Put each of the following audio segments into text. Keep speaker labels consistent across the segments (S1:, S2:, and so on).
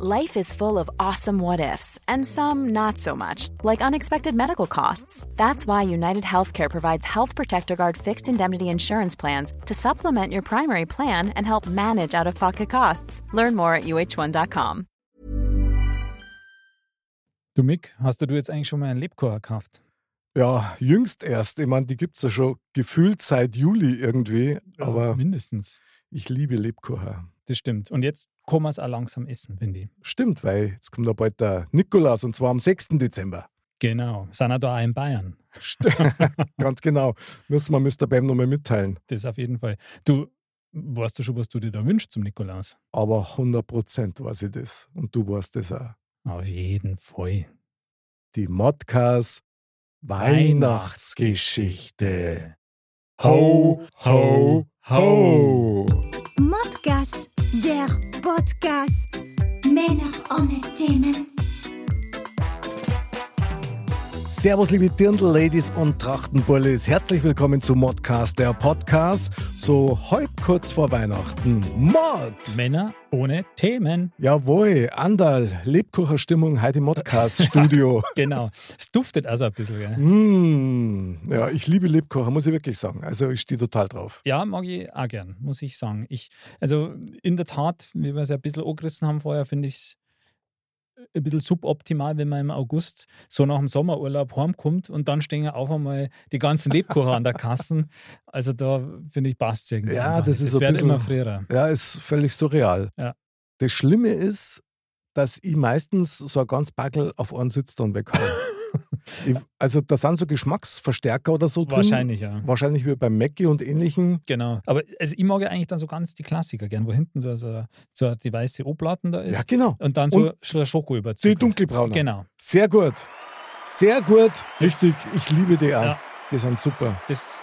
S1: Life is full of awesome what ifs, and some not so much, like unexpected medical costs. That's why United Healthcare provides Health Protector Guard fixed indemnity insurance plans to supplement your primary plan and help manage out of pocket costs. Learn more at uh1.com.
S2: Du Mick, hast du dir jetzt eigentlich schon mal einen Lebkuchen gekauft?
S3: Ja, jüngst erst. Ich meine, die gibt es ja schon gefühlt seit Juli irgendwie. Aber
S2: mindestens.
S3: ich liebe Lebkuchen.
S2: Das stimmt. Und jetzt kann man es auch langsam essen, finde ich.
S3: Stimmt, weil jetzt kommt ja bald der Nikolaus und zwar am 6. Dezember.
S2: Genau. Sind auch da auch in Bayern.
S3: Ganz genau. Müssen wir Mr. Bam nochmal mitteilen.
S2: Das auf jeden Fall. Du, weißt du schon, was du dir da wünschst zum Nikolaus?
S3: Aber 100% weiß ich das. Und du weißt das auch.
S2: Auf jeden Fall.
S3: Die Modcast Weihnachtsgeschichte. Ho, ho, ho.
S4: Modcast, der Podcast. Männer ohne Themen.
S3: Servus, liebe Dirndl-Ladies und Trachtenbullis. Herzlich willkommen zu Modcast, der Podcast. So halb kurz vor Weihnachten. Mod!
S2: Männer ohne Themen.
S3: Jawohl, Andal, Lebkucherstimmung heute im Modcast-Studio.
S2: Genau. Es duftet also ein bisschen. Gell?
S3: Mmh. Ja, ich liebe Lebkuchen, muss ich wirklich sagen. Also ich stehe total drauf.
S2: Ja, mag ich auch gern, muss ich sagen. Ich, also in der Tat, wie wir es ja ein bisschen angerissen haben vorher, finde ich es ein bisschen suboptimal, wenn man im August so nach dem Sommerurlaub heimkommt und dann stehen ja auf einmal die ganzen Lebkuchen an der Kasse. Also da finde ich passt es irgendwie.
S3: Ja,
S2: einfach
S3: das
S2: nicht.
S3: ist
S2: es
S3: ein
S2: wird
S3: bisschen-
S2: immer früher.
S3: Ja, ist völlig surreal.
S2: Ja.
S3: Das Schlimme ist, dass ich meistens so ein ganz Backel auf einen Sitz dann weghaue. Ich- also da sind so Geschmacksverstärker oder so drin.
S2: Wahrscheinlich, ja.
S3: Wahrscheinlich wie beim Mackie und ähnlichen.
S2: Genau. Aber also ich mag ja eigentlich dann so ganz die Klassiker gern, wo hinten so, so, so die weiße Oblaten da ist
S3: Ja, genau.
S2: und dann so
S3: Und
S2: so Schoko
S3: Die
S2: überzogen.
S3: dunkelbraune.
S2: Genau.
S3: Sehr gut. Sehr gut. Richtig. Ich liebe die auch.
S2: Ja.
S3: Die sind super.
S2: Das,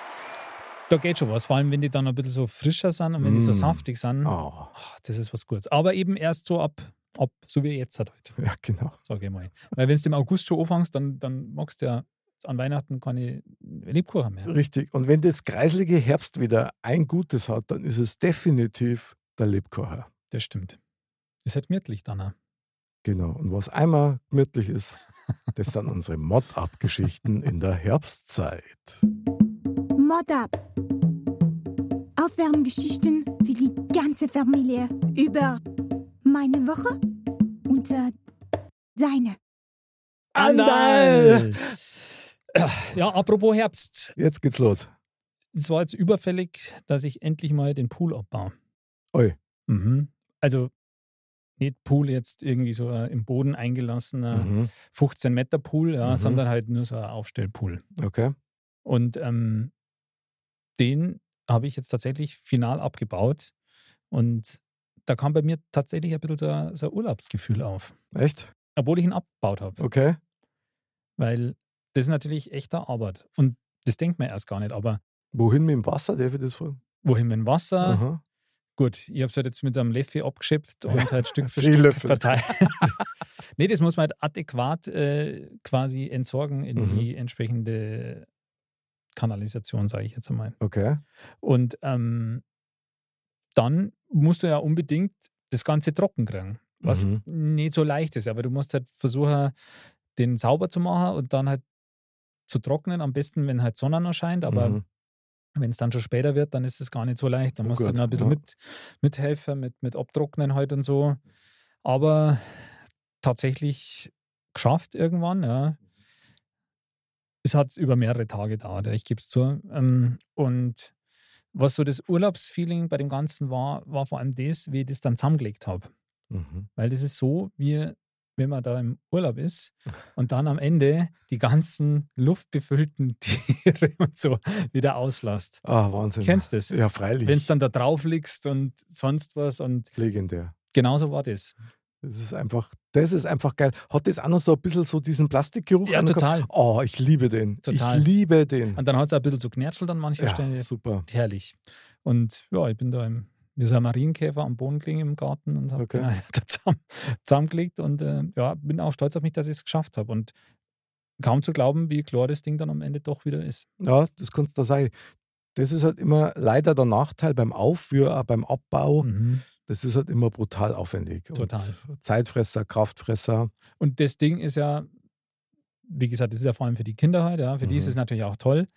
S2: da geht schon was. Vor allem, wenn die dann ein bisschen so frischer sind und wenn die so
S3: Mm.
S2: saftig sind.
S3: Oh.
S2: Ach, das ist was Gutes. Aber eben erst so ab, ab so wie jetzt halt heute,
S3: Ja, genau.
S2: sage ich mal. Weil wenn du im August schon anfängst, dann, dann magst du ja an Weihnachten keine Lebkuchen mehr.
S3: Richtig. Und wenn das kreiselige Herbst wieder ein Gutes hat, dann ist es definitiv der Lebkuchen.
S2: Das stimmt. Ist halt gemütlich dann auch.
S3: Genau. Und was einmal gemütlich ist, das sind unsere Mod-Up-Geschichten in der Herbstzeit.
S4: Mod ab. Aufwärmgeschichten für die ganze Familie über meine Woche und äh, deine.
S3: Andal!
S2: Ja, apropos Herbst.
S3: Jetzt geht's los.
S2: Es war jetzt überfällig, dass ich endlich mal den Pool abbaue.
S3: Oi.
S2: Mhm. Also nicht Pool jetzt irgendwie so ein im Boden äh, eingelassener
S3: Mhm.
S2: 15-Meter-Pool, ja,
S3: Mhm.
S2: sondern halt nur so ein Aufstellpool.
S3: Okay.
S2: Und ähm, den habe ich jetzt tatsächlich final abgebaut. Und da kam bei mir tatsächlich ein bisschen so ein, so ein Urlaubsgefühl auf,
S3: Echt?
S2: obwohl ich ihn abgebaut habe.
S3: Okay.
S2: Weil das ist natürlich echter Arbeit. Und das denkt man erst gar nicht. Aber
S3: Wohin mit dem Wasser? Darf ich das fragen?
S2: wohin mit dem Wasser?
S3: Aha.
S2: Gut, ich habe es halt jetzt mit einem Löffel abgeschöpft und halt Stück für Stück
S3: Teelöffel.
S2: verteilt. nee, das muss man halt adäquat äh, quasi entsorgen in
S3: Mhm.
S2: die entsprechende Kanalisation, sage ich jetzt einmal.
S3: Okay.
S2: Und ähm, dann musst du ja unbedingt das Ganze trocken kriegen, was
S3: Mhm.
S2: nicht so leicht ist. Aber du musst halt versuchen, den sauber zu machen und dann halt zu trocknen. Am besten, wenn halt Sonne noch scheint, aber
S3: Mhm.
S2: wenn es dann schon später wird, dann ist es gar nicht so leicht. Dann
S3: Oh
S2: musst du halt
S3: Gott,
S2: noch ein bisschen
S3: ja.
S2: mit, mithelfen, mit, mit Abtrocknen halt und so. Aber tatsächlich geschafft irgendwann, ja. Es hat über mehrere Tage gedauert, ja, ich gebe es zu. Ähm, und was so das Urlaubsfeeling bei dem Ganzen war, war vor allem das, wie ich das dann zusammengelegt habe.
S3: Mhm.
S2: Weil das ist so, wie wenn man da im Urlaub ist und dann am Ende die ganzen luftbefüllten Tiere und so wieder auslässt.
S3: Ah, Wahnsinn.
S2: Kennst du das?
S3: Ja, freilich.
S2: Wenn es dann da drauf liegst und sonst was und
S3: Legendär.
S2: genauso war das.
S3: Das ist einfach, das ist einfach geil. Hat das auch noch so ein bisschen so diesen Plastikgeruch?
S2: Ja,
S3: an der Kopf?
S2: total.
S3: Oh, ich liebe den.
S2: Total.
S3: Ich liebe den.
S2: Und dann hat es ein bisschen so knärtschelt an manchen
S3: Ja,
S2: Stellen.
S3: super.
S2: Herrlich. Und ja, ich bin da im, wie so ein Marienkäfer am Boden gelegen im Garten und habe
S3: Okay.
S2: den halt da zusammen, zusammengelegt und äh, ja, bin auch stolz auf mich, dass ich es geschafft habe. Und kaum zu glauben, wie klar das Ding dann am Ende doch wieder ist.
S3: Ja, das kannst du da sagen. Das ist halt immer leider der Nachteil äh, beim Aufwür, auch beim Abbau,
S2: Mhm.
S3: Das ist halt immer brutal aufwendig. Und
S2: Total.
S3: Zeitfresser, Kraftfresser.
S2: Und das Ding ist ja, wie gesagt, das ist ja vor allem für die Kinder halt, ja. Für die ist
S3: Mhm.
S2: es natürlich auch toll.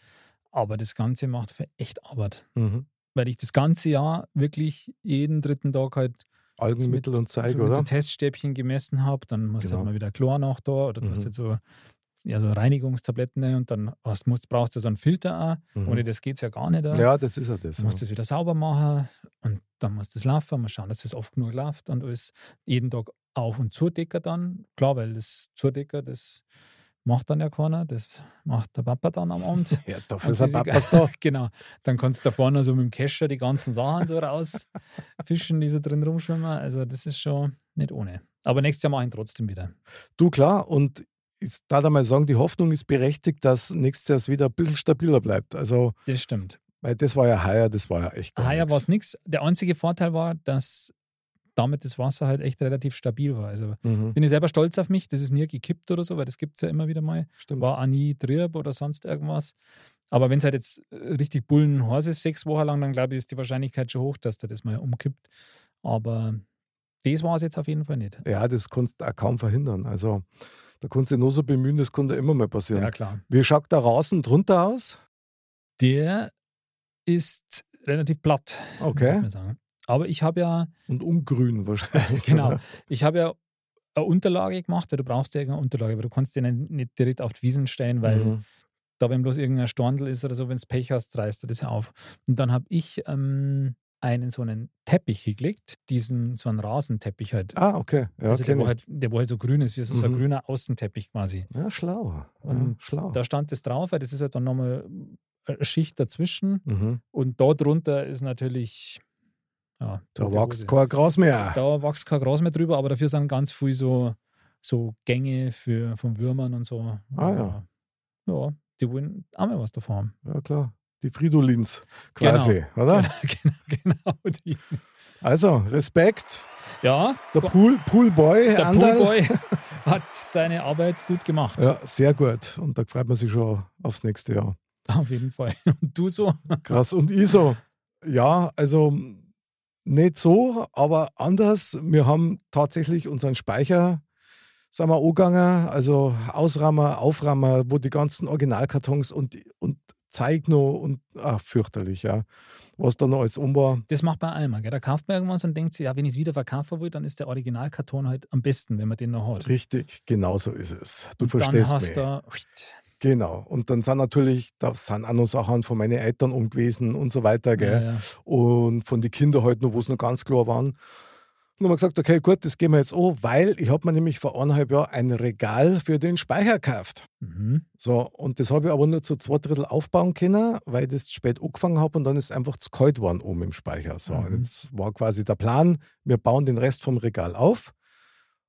S2: Aber das Ganze macht für echt Arbeit.
S3: Mhm.
S2: Weil ich das ganze Jahr wirklich jeden dritten Tag halt
S3: Algenmittel
S2: mit,
S3: und Zeige,
S2: so mit
S3: oder?
S2: So Teststäbchen gemessen habe. Dann musst du
S3: Genau.
S2: halt mal wieder Chlor noch da oder du
S3: Mhm.
S2: hast halt so, ja, so Reinigungstabletten ne, und dann hast, musst, brauchst du so einen Filter auch.
S3: Mhm.
S2: Ohne das geht es ja gar nicht. auch.
S3: Ja, genau. das ist ja das.
S2: Du musst es wieder sauber machen und dann musst du es laufen. Mal schauen, dass es oft genug läuft und alles jeden Tag auf- und zudecken dann. Klar, weil das Zudecken, das macht dann ja keiner. Das macht der Papa dann am Abend.
S3: ja, dafür
S2: Und
S3: ist ein
S2: diese-
S3: Papas da.
S2: genau. Dann kannst du da vorne so mit dem Kescher die ganzen Sachen so rausfischen, die so drin rumschwimmen. Also das ist schon nicht ohne. Aber nächstes Jahr mache ich ihn trotzdem wieder.
S3: Du, klar. Und ich darf einmal sagen, die Hoffnung ist berechtigt, dass nächstes Jahr es wieder ein bisschen stabiler bleibt. Also,
S2: Das stimmt.
S3: weil das war ja heuer, das war ja echt gar
S2: Heuer
S3: nix.
S2: war es nichts. Der einzige Vorteil war, dass damit das Wasser halt echt relativ stabil war. Also
S3: Mhm.
S2: bin ich selber stolz auf mich. Das ist nie gekippt oder so, weil das gibt es ja immer wieder mal.
S3: Stimmt.
S2: War auch nie Trieb oder sonst irgendwas. Aber wenn es halt jetzt äh, richtig Bullenhors ist, sechs Wochen lang, dann glaube ich, ist die Wahrscheinlichkeit schon hoch, dass der das mal umkippt. Aber das war es jetzt auf jeden Fall nicht.
S3: Ja, das kannst du auch kaum verhindern. Also, da kannst du dich nur so bemühen, das kann dir immer mal
S2: Ja,
S3: passieren.
S2: klar.
S3: Wie schaut da draußen drunter aus?
S2: Der ist relativ platt, würde
S3: Okay.
S2: man sagen. Aber ich habe ja,
S3: Und ungrün wahrscheinlich.
S2: genau,
S3: oder?
S2: ich habe ja eine Unterlage gemacht, weil du brauchst ja irgendeine Unterlage, aber du kannst den nicht- nicht direkt auf die Wiesen stellen, weil
S3: Mhm.
S2: da wenn bloß irgendein Storndl ist oder so, wenn es Pech hast, reißt du das ja auf. Und dann habe ich ähm, einen so einen Teppich geklickt, diesen so einen Rasenteppich halt.
S3: Ah, okay. Ja,
S2: also der
S3: kenn
S2: wo,
S3: ich.
S2: halt, der, wo halt so grün ist, wie so, so ein
S3: Mhm.
S2: grüner Außenteppich quasi.
S3: ja schlau. Ja,
S2: Und
S3: schlau.
S2: da stand das drauf, weil das ist halt dann nochmal eine Schicht dazwischen.
S3: Mhm.
S2: Und da drunter ist natürlich. Ja,
S3: Da
S2: tote
S3: wächst
S2: Hose.
S3: kein Gras mehr.
S2: Da wächst kein Gras mehr drüber, aber dafür sind ganz viel so, so Gänge für, von Würmern und so. äh,
S3: Ah, ja.
S2: ja. Ja, die wollen auch mal was davon haben.
S3: Ja, klar. Die Fridolins quasi, oder?
S2: Genau, genau die.
S3: Also, Respekt.
S2: Ja,
S3: Der Pool, Poolboy,
S2: der
S3: Anderl.
S2: Poolboy hat seine Arbeit gut gemacht.
S3: Ja, sehr gut. Und da freut man sich schon aufs nächste Jahr.
S2: Auf jeden Fall. Und du so?
S3: Krass. Und ISO? Ja, also m, nicht so, aber anders. Wir haben tatsächlich unseren Speicher, sagen wir, angegangen, also Ausrammer, Auframmer, wo die ganzen Originalkartons und, und Zeigno und ach, fürchterlich, ja. Was da noch alles um war.
S2: Das macht man einmal. Gell? Da kauft man irgendwas und denkt sich, ja, wenn ich es wieder verkaufen will, dann ist der Originalkarton halt am besten, wenn man den noch hat.
S3: Richtig, genau so ist es. Du
S2: und
S3: verstehst
S2: dann hast
S3: mich.
S2: du.
S3: Genau. Und dann sind natürlich, da sind auch noch Sachen von meinen Eltern um gewesen und so weiter, gell.
S2: Ja, ja.
S3: und von den Kindern halt noch, wo es noch ganz klar waren. Und dann haben wir gesagt, okay, gut, das gehen wir jetzt an, weil ich habe mir nämlich vor eineinhalb Jahren ein Regal für den Speicher gekauft.
S2: Mhm.
S3: So, und das habe ich aber nur zu zwei Drittel aufbauen können, weil ich das zu spät angefangen habe und dann ist einfach zu kalt worden oben im Speicher. So, und
S2: Mhm.
S3: jetzt war quasi der Plan, wir bauen den Rest vom Regal auf.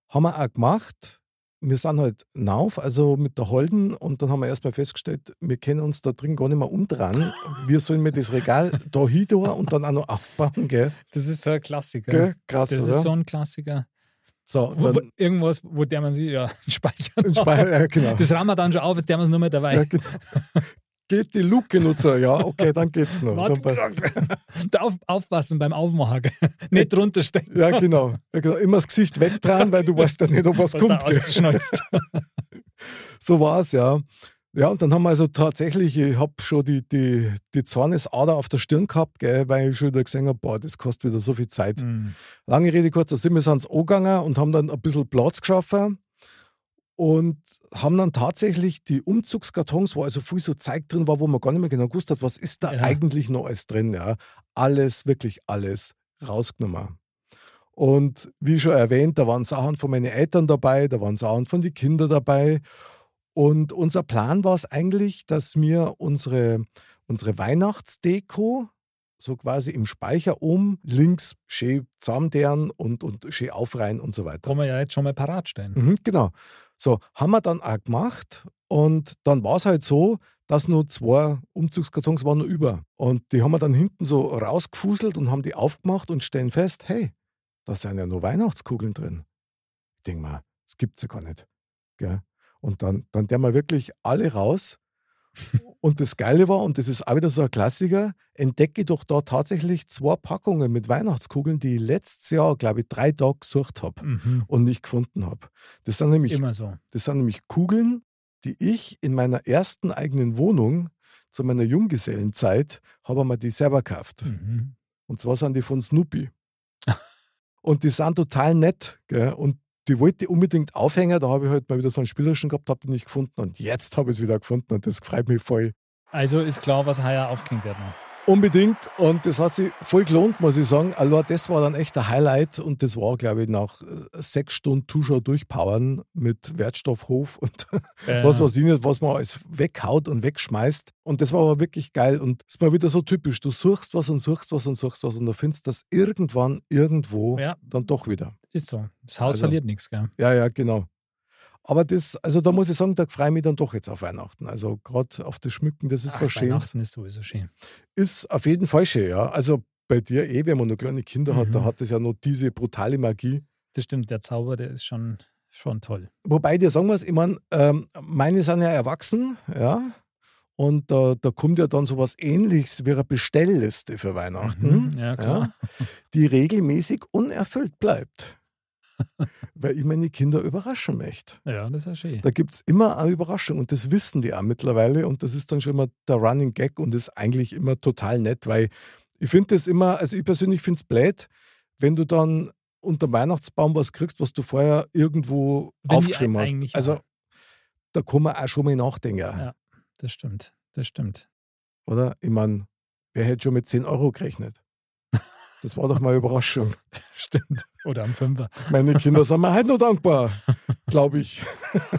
S3: Haben wir auch gemacht. Wir sind halt nauf, also mit der Holden, und dann haben wir erstmal festgestellt, wir können uns da drin gar nicht mehr umdrehen. Wir sollen mir das Regal da hin tun und dann auch noch aufbauen, gell?
S2: Das ist so ein Klassiker.
S3: gell? Krass,
S2: Das ist
S3: oder?
S2: so ein Klassiker.
S3: So,
S2: Wo, wo,
S3: dann
S2: irgendwas, wo der man sieht, ja, speichern.
S3: den Speicher, ja, genau.
S2: Das rammen wir dann schon auf, jetzt der man es nur mehr dabei.
S3: ja, genau. Geht die Luke nur so, ja, okay, dann geht's noch.
S2: Warte,
S3: Dann bei-
S2: Krax. Auf, aufpassen beim Aufmachen. gell? Nicht drunter stecken,
S3: Ja, genau. Ja, genau. Immer das Gesicht wegdrehen, weil du weißt ja nicht, ob was
S2: was da
S3: kommt. gell.
S2: ausschneuzt.
S3: So war es, ja. Ja, und dann haben wir also tatsächlich, ich habe schon die, die, die Zornesader auf der Stirn gehabt, gell, weil ich schon wieder gesehen habe, boah, das kostet wieder so viel Zeit.
S2: Mhm.
S3: Lange Rede, kurzer Sinn, wir sind ans angegangen und haben dann ein bisschen Platz geschaffen und haben dann tatsächlich die Umzugskartons, wo also viel so Zeug drin war, wo man gar nicht mehr genau gewusst hat, was ist da
S2: Ja.
S3: eigentlich noch alles drin, ja. Alles, wirklich alles rausgenommen. Und wie schon erwähnt, da waren Sachen von meinen Eltern dabei, da waren Sachen von den Kindern dabei. Und unser Plan war es eigentlich, dass wir unsere, unsere Weihnachtsdeko so quasi im Speicher um, links schön zusammenderen und, und schön aufreihen und so weiter.
S2: Kann man ja jetzt schon mal parat stellen.
S3: Mhm, genau. So, haben wir dann auch gemacht und dann war es halt so, dass nur zwei Umzugskartons waren noch über. Und die haben wir dann hinten so rausgefuselt und haben die aufgemacht und stellen fest, hey, da sind ja nur Weihnachtskugeln drin. Ich denke mal, das gibt's ja gar nicht. Gell? Und dann, dann der mal wirklich alle raus Und das Geile war, und das ist auch wieder so ein Klassiker, entdecke doch da tatsächlich zwei Packungen mit Weihnachtskugeln, die ich letztes Jahr, glaube ich, drei Tage gesucht habe
S2: Mhm.
S3: und nicht gefunden habe. Das sind nämlich
S2: Immer so.
S3: das sind nämlich Kugeln, die ich in meiner ersten eigenen Wohnung zu meiner Junggesellenzeit habe mir die selber gekauft.
S2: Mhm.
S3: Und zwar sind die von Snoopy. und die sind total nett. Gell? Und die wollte ich unbedingt aufhängen. Da habe ich halt mal wieder so einen Spielerschen gehabt, habe den nicht gefunden. Und jetzt habe ich es wieder gefunden und das freut mich voll.
S2: Also ist klar, was heuer aufgehen wird noch.
S3: Unbedingt. Und das hat sich voll gelohnt, muss ich sagen. Allein das war dann echt ein Highlight. Und das war, glaube ich, nach äh, sechs Stunden Zuschau durchpowern mit Wertstoffhof und
S2: Äh,
S3: was weiß ich nicht, was man alles weghaut und wegschmeißt. Und das war aber wirklich geil und ist mal wieder so typisch. Du suchst was und suchst was und suchst was und dann findest du das irgendwann irgendwo
S2: Ja.
S3: dann doch wieder.
S2: Äh, Ist so. Das Haus
S3: Also-
S2: verliert nichts, gell?
S3: Ja, ja, genau. Aber das, also da muss ich sagen, da freue ich mich dann doch jetzt auf Weihnachten. Also gerade auf das Schmücken, das ist
S2: Ach,
S3: was Schönes.
S2: Weihnachten ist sowieso schön.
S3: Ist auf jeden Fall schön, ja. Also bei dir eh, wenn man nur kleine Kinder hat,
S2: Mhm.
S3: da hat das ja noch diese brutale Magie.
S2: Das stimmt, der Zauber, der ist schon, schon toll.
S3: Wobei dir sagen wir es, ich meine, ähm, meine sind ja erwachsen, ja. Und da, da kommt ja dann sowas ähnliches wie eine Bestellliste für Weihnachten,
S2: Mhm, ja, klar.
S3: die regelmäßig unerfüllt bleibt. weil ich meine Kinder überraschen möchte.
S2: Ja, das ist ja schön.
S3: Da gibt es immer eine Überraschung und das wissen die auch mittlerweile und das ist dann schon immer der Running Gag und ist eigentlich immer total nett, weil ich finde das immer, also ich persönlich finde es blöd, wenn du dann unter Weihnachtsbaum was kriegst, was du vorher irgendwo
S2: Wenn die
S3: aufgeschrieben
S2: ein-
S3: hast.
S2: eigentlich
S3: Also
S2: auch.
S3: da kann man auch schon mal nachdenken,
S2: Ja. Das stimmt. Das stimmt.
S3: oder? Ich meine, wer hätte schon mit 10 Euro gerechnet? Das war doch mal eine Überraschung.
S2: Stimmt. Oder am Fünfer.
S3: Meine Kinder sind mir heute noch dankbar, glaube ich.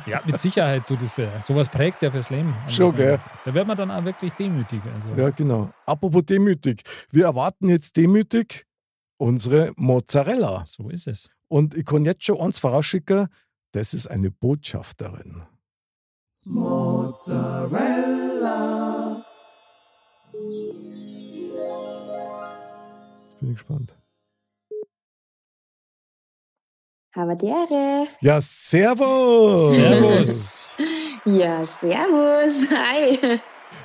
S2: Ja, mit Sicherheit tut es ja. Sowas prägt ja fürs Leben. Also
S3: Schon, gell?
S2: Da wird man dann auch wirklich demütig. Also.
S3: Ja, genau. Apropos demütig. Wir erwarten jetzt demütig unsere Mozzarella.
S2: So ist es.
S3: Und ich kann jetzt schon eins vorausschicken, das ist eine Botschafterin. Mozzarella. Jetzt bin ich gespannt.
S5: Habadere.
S3: Ja, servus.
S2: Servus.
S5: Ja, servus. Hi.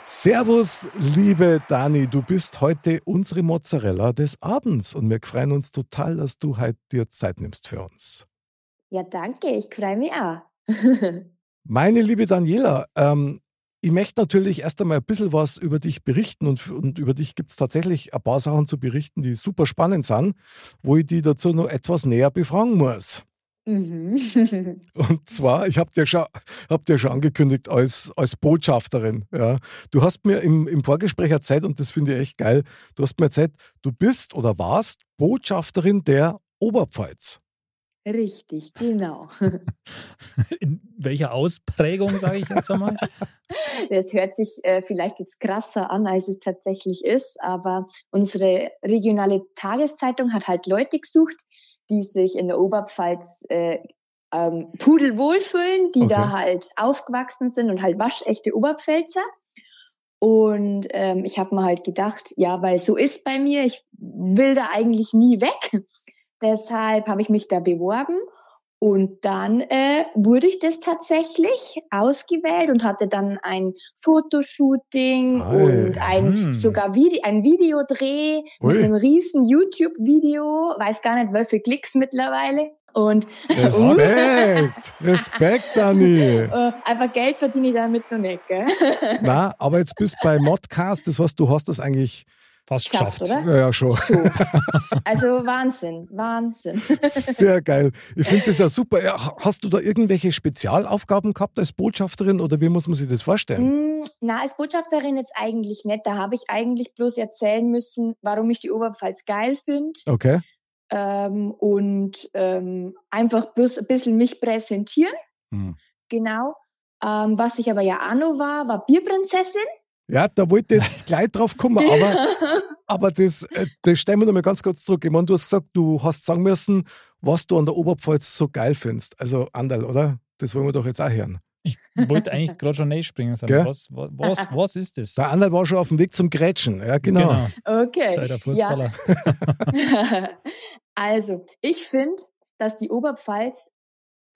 S3: Servus, liebe Dani, du bist heute unsere Mozzarella des Abends und wir freuen uns total, dass du heute dir Zeit nimmst für uns.
S5: Ja, danke. Ich freue mich auch.
S3: Meine liebe Daniela, ähm, ich möchte natürlich erst einmal ein bisschen was über dich berichten und, f- und über dich gibt es tatsächlich ein paar Sachen zu berichten, die super spannend sind, wo ich die dazu noch etwas näher befragen muss.
S5: mhm.
S3: Und zwar, ich habe dir, schon- hab dir schon angekündigt als, als Botschafterin. Ja. Du hast mir im, im Vorgespräch erzählt, und das finde ich echt geil, du hast mir erzählt, du bist oder warst Botschafterin der Oberpfalz.
S5: Richtig, genau.
S2: In welcher Ausprägung, sage ich jetzt einmal?
S5: Das hört sich äh, vielleicht jetzt krasser an, als es tatsächlich ist, aber unsere regionale Tageszeitung hat halt Leute gesucht, die sich in der Oberpfalz äh, ähm, pudelwohl fühlen, die da
S3: Okay.
S5: halt aufgewachsen sind und halt waschechte Oberpfälzer. Und ähm, ich habe mir halt gedacht, ja, weil so ist bei mir, ich will da eigentlich nie weg. Deshalb habe ich mich da beworben und dann äh, wurde ich das tatsächlich ausgewählt und hatte dann ein Fotoshooting
S3: Ei.
S5: und ein
S2: Hm.
S5: sogar Vide ein Videodreh
S3: Ui.
S5: mit einem riesen YouTube-Video, weiß gar nicht, wie viel Klicks mittlerweile. Und
S3: Respekt! Respekt, Dani!
S5: äh, einfach Geld verdiene ich damit noch nicht, gell?
S3: Na, aber jetzt bist bei Modcast, das heißt, du hast das eigentlich
S2: Fast
S5: Schafft,
S2: geschafft.
S5: oder?
S3: ja, ja, schon
S5: So. Also Wahnsinn, Wahnsinn.
S3: sehr geil. Ich finde das ja super. Ja, ha- Hast du da irgendwelche Spezialaufgaben gehabt als Botschafterin oder wie muss man sich das vorstellen?
S5: Mm, Na, als Botschafterin jetzt eigentlich nicht. Da habe ich eigentlich bloß erzählen müssen, warum ich die Oberpfalz geil finde.
S3: Okay.
S5: Ähm, und ähm, einfach bloß ein bisschen mich präsentieren,
S3: Hm.
S5: genau. Ähm, was ich aber ja auch noch war, war Bierprinzessin.
S3: Ja, da wollte ich jetzt gleich drauf kommen, aber, aber das, äh, das stellen wir nochmal ganz kurz zurück. Ich meine, du hast gesagt, du hast sagen müssen, was du an der Oberpfalz so geil findest. Also Anderl, oder? Das wollen wir doch jetzt auch hören.
S2: Ich wollte eigentlich gerade schon springen.
S3: Gell?
S2: Was, wa- was, was ist das?
S3: Der Anderl war schon auf dem Weg zum Grätschen. Ja, genau.
S2: Sei der
S5: okay. Äh, Ja,
S2: Fußballer.
S5: also, ich finde, dass die Oberpfalz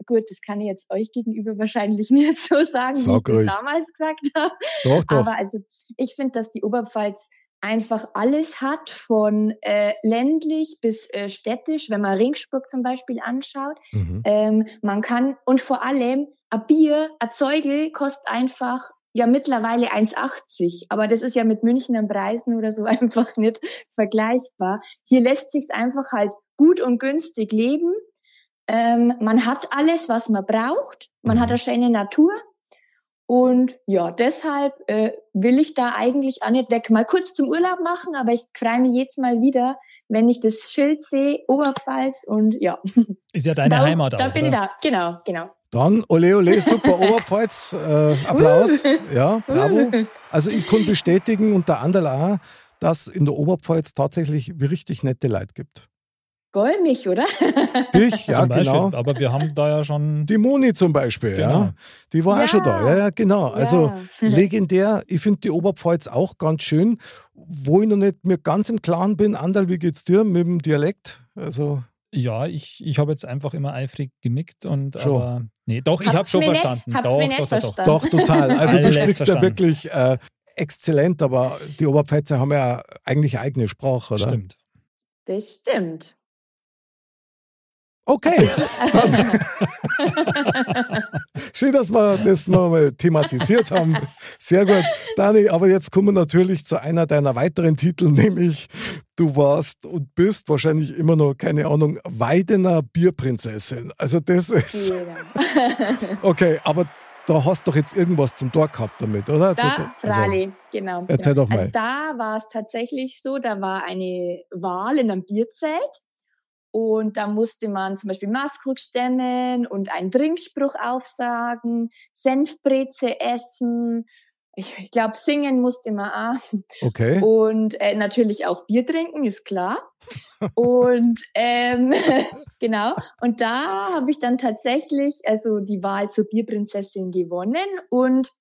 S5: gut, das kann ich jetzt euch gegenüber wahrscheinlich nicht so sagen,
S3: Sag
S5: wie ich
S3: ruhig.
S5: das damals gesagt habe.
S3: Doch, doch.
S5: Aber also ich finde, dass die Oberpfalz einfach alles hat, von äh, ländlich bis äh, städtisch, wenn man Ringsburg zum Beispiel anschaut.
S3: mhm.
S5: Ähm, man kann, und vor allem, ein Bier, ein Zeugel kostet einfach ja mittlerweile 1,80. Aber das ist ja mit Münchner Preisen oder so einfach nicht vergleichbar. Hier lässt sich's einfach halt gut und günstig leben. Ähm, man hat alles, was man braucht. Man
S3: Mhm.
S5: hat eine schöne Natur. Und ja, deshalb äh, will ich da eigentlich auch nicht weg. Mal kurz zum Urlaub machen, aber ich freue mich jedes Mal wieder, wenn ich das Schild sehe, Oberpfalz und ja.
S2: Ist ja deine
S5: Da-
S2: Heimat
S5: Da
S2: auch,
S5: bin ich
S2: oder?
S5: da, genau, genau.
S3: Dann, ole, ole, super Oberpfalz, äh, Applaus.
S2: Uh.
S3: Ja, bravo. Also ich kann bestätigen, unter anderem auch, dass in der Oberpfalz tatsächlich richtig nette Leute gibt.
S5: Goll mich, oder?
S3: Ich, ja,
S2: Zum Beispiel.
S3: genau.
S2: Aber wir haben da ja schon
S3: Die Moni zum Beispiel,
S2: Genau.
S3: ja. Die war
S5: Ja.
S3: auch schon da, ja, ja, genau. Also
S5: Ja.
S3: legendär. Ich finde die Oberpfalz auch ganz schön, wo ich noch nicht mir ganz im Klaren bin. Andal, wie geht's dir mit dem Dialekt? Also,
S2: Ja, ich, ich habe jetzt einfach immer eifrig genickt und
S3: Schon.
S2: aber nee, doch, ich
S5: Habt's
S2: habe schon
S5: mir nicht-
S2: verstanden.
S5: habt's
S2: doch,
S5: mir nicht
S2: doch, doch, doch.
S5: verstanden.
S3: doch, total. Also du
S2: Alles
S3: sprichst ja
S2: verstanden.
S3: wirklich äh, exzellent, aber die Oberpfälzer haben ja eigentlich eine eigene Sprache, oder?
S2: Stimmt.
S5: Das stimmt.
S3: Okay, schön, dass wir das mal thematisiert haben. Sehr gut. Dani, aber jetzt kommen wir natürlich zu einer deiner weiteren Titel, nämlich du warst und bist wahrscheinlich immer noch, keine Ahnung, Weidener Bierprinzessin. Also das ist, okay, aber da hast du doch jetzt irgendwas zum Tor gehabt damit, oder?
S5: da,
S3: also,
S5: Frali, genau.
S3: erzähl
S5: genau.
S3: doch mal.
S5: Also da war es tatsächlich so, da war eine Wahl in einem Bierzelt und da musste man zum Beispiel Maskrug stemmen und einen Trinkspruch aufsagen, Senfbreze essen, ich glaube, singen musste man auch.
S3: okay.
S5: Und äh, natürlich auch Bier trinken, ist klar. Und ähm, genau, und da habe ich dann tatsächlich also die Wahl zur Bierprinzessin gewonnen und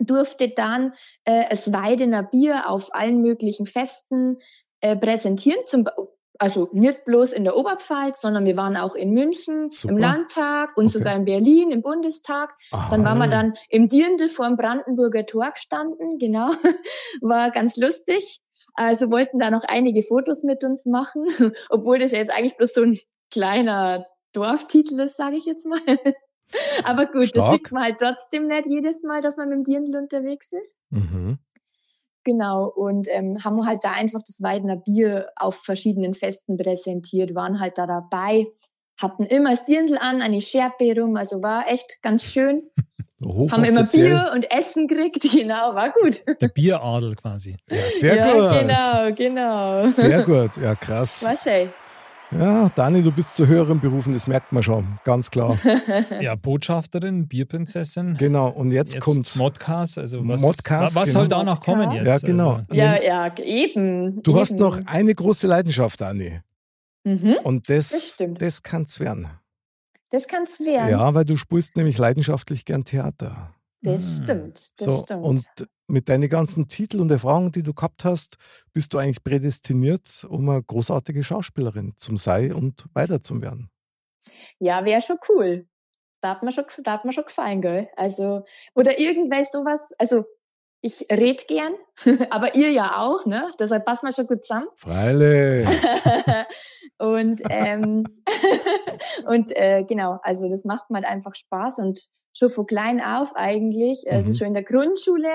S5: durfte dann äh, das Weidener Bier auf allen möglichen Festen äh, präsentieren. Zum, Be- also nicht bloß in der Oberpfalz, sondern wir waren auch in München,
S3: Super.
S5: im Landtag und
S3: Okay.
S5: sogar in Berlin, im Bundestag. Dann waren wir
S3: Aha.
S5: dann im Dirndl vor dem Brandenburger Tor gestanden, genau. War ganz lustig. Also wollten da noch einige Fotos mit uns machen, obwohl das ja jetzt eigentlich bloß so ein kleiner Dorftitel ist, sage ich jetzt mal. Aber gut, das
S3: Stark.
S5: sieht man halt trotzdem nicht jedes Mal, dass man mit dem Dirndl unterwegs ist.
S3: Mhm.
S5: Genau, und ähm, haben halt da einfach das Weidener Bier auf verschiedenen Festen präsentiert, waren halt da dabei, hatten immer das Dirndl an, eine Schärpe rum, also war echt ganz schön. Haben immer
S3: Hochoffiziell.
S5: Bier und Essen gekriegt, genau, war gut.
S2: Der Bieradel quasi.
S3: Ja, sehr gut.
S5: ja, genau, genau.
S3: Sehr gut, ja krass.
S5: War schön.
S3: Ja, Dani, du bist zu höheren Berufen, das merkt man schon, ganz klar.
S2: Ja, Botschafterin, Bierprinzessin.
S3: Genau, und jetzt,
S2: Jetzt
S3: kommt's.
S2: Modcast, also was,
S3: Modcast,
S2: wa- was
S3: genau.
S2: soll danach kommen jetzt?
S3: Ja, genau.
S2: Also,
S5: Ja, ja, ge- eben.
S3: Du
S5: eben.
S3: hast noch eine große Leidenschaft, Dani.
S5: Mhm,
S3: Und das,
S5: Das
S3: das,
S5: stimmt.
S3: kann's werden.
S5: das kann's
S3: Ja.
S5: werden.
S3: weil du spielst nämlich leidenschaftlich gern Theater.
S5: Das
S2: Mm.
S5: stimmt, das
S3: so,
S5: stimmt.
S3: Und mit deinen ganzen Titeln und Erfahrungen, die du gehabt hast, bist du eigentlich prädestiniert, um eine großartige Schauspielerin zum Sei und weiter zu werden.
S5: ja, wäre schon cool. Da hat man schon, gef- da hat man schon gefallen, gell? Also, oder irgendwelch sowas, also ich red gern, aber ihr ja auch, ne? Deshalb passt man schon gut zusammen.
S3: Freile.
S5: und ähm, und äh, genau, also das macht mir halt einfach Spaß und schon von klein auf eigentlich, also
S3: Mhm.
S5: schon in der Grundschule,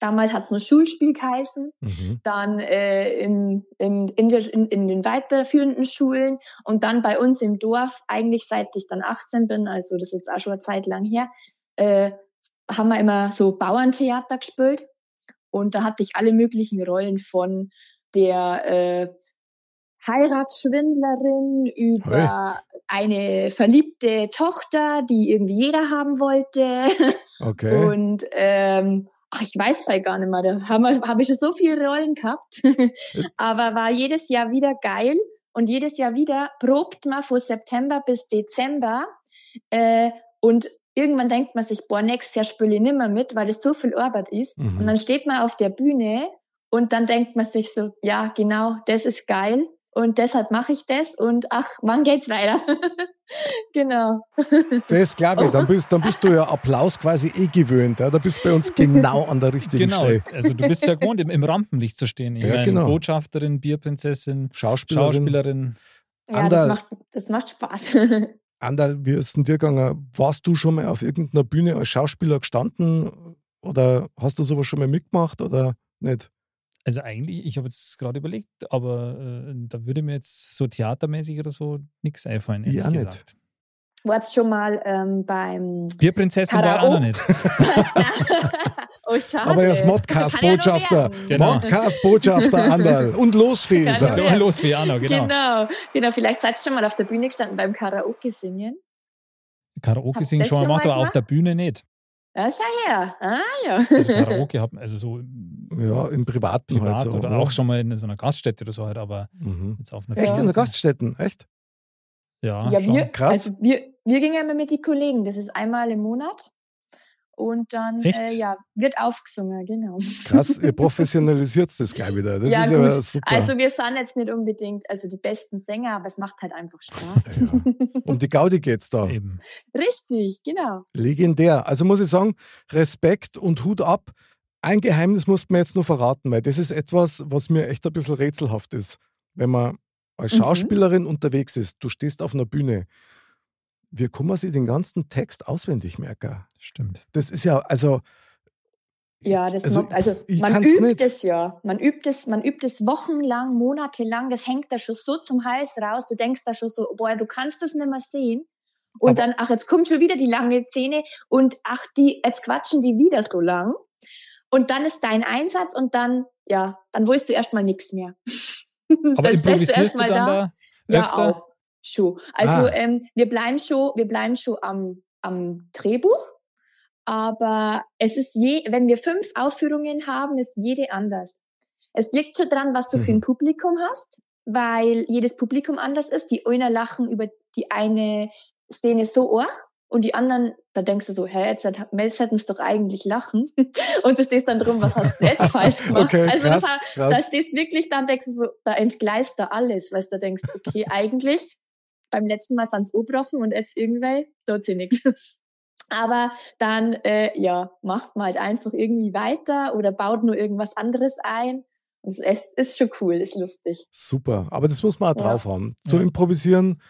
S5: damals hat's nur Schulspiel geheißen,
S3: mhm.
S5: dann äh, in, in, in, der, in, in den weiterführenden Schulen und dann bei uns im Dorf, eigentlich seit ich dann 18 bin, also das ist jetzt auch schon eine Zeit lang her, äh, haben wir immer so Bauerntheater gespielt und da hatte ich alle möglichen Rollen von der äh, Heiratsschwindlerin über eine verliebte Tochter, die irgendwie jeder haben wollte.
S3: Okay.
S5: Und ähm, ach, ich weiß halt gar nicht mehr, da habe hab ich schon so viele Rollen gehabt. Aber war jedes Jahr wieder geil. Und jedes Jahr wieder probt man von September bis Dezember. Äh, und irgendwann denkt man sich, boah, nächstes Jahr spiele ich nimmer mit, weil es so viel Arbeit ist.
S3: Mhm.
S5: Und dann steht man auf der Bühne und dann denkt man sich so, ja, genau, das ist geil. Und deshalb mache ich das und ach, wann geht's weiter? genau.
S3: Das glaube ich. Dann bist, dann bist du ja Applaus quasi eh gewöhnt. Ja? Da bist du bei uns genau an der richtigen
S2: Genau,
S3: Stelle.
S2: also du bist ja gewohnt, im, im Rampenlicht zu stehen. Ich
S3: Ja,
S2: meine,
S3: genau.
S2: Botschafterin, Bierprinzessin,
S3: Schauspielerin.
S2: Schauspielerin.
S5: Ja,
S3: Anderl.
S5: das macht, das macht Spaß.
S3: Andal, wie ist denn dir gegangen? Warst du schon mal auf irgendeiner Bühne als Schauspieler gestanden? Oder hast du sowas schon mal mitgemacht oder nicht?
S2: Also eigentlich, ich habe jetzt gerade überlegt, aber äh, da würde mir jetzt so theatermäßig oder so nichts einfallen,
S3: Ich
S2: ehrlich
S3: auch nicht.
S2: gesagt.
S5: Warst schon mal ähm, beim
S2: Bierprinzessin war auch noch
S5: Karaoke.
S2: nicht.
S5: Oh, schade.
S3: Aber er ist Modcast-Botschafter.
S5: Kann ja noch werden.
S2: Genau.
S3: Modcast-Botschafter, Andal. Und losfee ist
S5: Ja,
S3: er.
S5: genau.
S2: Ja, los, Viana, genau.
S5: Genau. genau. vielleicht seid ihr schon mal auf der Bühne gestanden beim Karaoke singen.
S2: Karaoke
S5: Habt's
S2: singen
S5: das
S2: schon mal
S5: schon
S2: gemacht,
S5: mal
S2: aber auf
S5: gemacht?
S2: der Bühne nicht.
S5: Ja, schau her. Ah, ja.
S2: Also Karaoke haben, also so
S3: Ja, im Privaten
S2: privat
S3: halt so.
S2: oder
S3: ne?
S2: auch schon mal in so einer Gaststätte oder so halt, aber
S3: Mhm.
S2: jetzt auf einer
S3: Echt in
S2: Bühne.
S3: den Gaststätten, echt?
S2: Ja,
S5: ja,
S2: ah, schon.
S5: wir,
S3: krass.
S5: Also wir, wir gingen immer mit den Kollegen. Das ist einmal im Monat. Und dann
S2: Echt?
S5: äh, ja, wird aufgesungen, genau.
S3: Krass, ihr professionalisiert das gleich wieder. Das
S5: Ja,
S3: ist
S5: gut.
S3: ja super.
S5: Also wir sind jetzt nicht unbedingt also die besten Sänger, aber es macht halt einfach Spaß.
S3: ja. Um die Gaudi geht's da.
S2: Eben.
S5: Richtig, genau.
S3: Legendär. Also muss ich sagen, Respekt und Hut ab. Ein Geheimnis musst du mir jetzt nur verraten, weil das ist etwas, was mir echt ein bisschen rätselhaft ist. Wenn man als
S5: Mhm.
S3: Schauspielerin unterwegs ist, du stehst auf einer Bühne, wie kann man sich den ganzen Text auswendig merken?
S2: Stimmt.
S3: Das ist ja, also.
S5: Ja, das
S3: also,
S5: macht, also
S3: ich
S5: man
S3: kann's
S5: übt
S3: nicht.
S5: es ja. Man übt es, man übt es wochenlang, monatelang, das hängt da schon so zum Hals raus, du denkst da schon so, boah, du kannst das nicht mehr sehen. Und
S3: Aber-
S5: dann, ach, jetzt kommt schon wieder die lange Szene und ach, die, jetzt quatschen die wieder so lang. Und dann ist dein Einsatz und dann, ja, dann weißt du erstmal nichts mehr.
S2: Aber improvisierst du dann da,
S5: Ja,
S2: öfter?
S5: auch schon. Also
S3: Ah.
S5: ähm, wir bleiben schon, wir bleiben schon am, am Drehbuch. Aber es ist je, wenn wir fünf Aufführungen haben, ist jede anders. Es liegt schon dran, was du für
S3: Mhm.
S5: ein Publikum hast, weil jedes Publikum anders ist. Die einer lachen über die eine Szene so arg und die anderen, da denkst du so, hä, jetzt hat- jetzt hätten es doch eigentlich lachen. Und du stehst dann drum, was hast du jetzt falsch gemacht?
S3: Okay,
S5: also
S3: krass,
S5: das war, da
S3: krass.
S5: stehst wirklich da und denkst du so, da entgleist da alles, weißt du, da denkst, okay, eigentlich beim letzten Mal sind's obrochen und jetzt irgendwie tut sie nichts. Aber dann, äh, ja, macht man halt einfach irgendwie weiter oder baut nur irgendwas anderes ein. Und es ist schon cool, ist lustig.
S3: Super. Aber das muss man auch
S5: Ja.
S3: drauf haben. Zu
S2: Ja.
S3: improvisieren,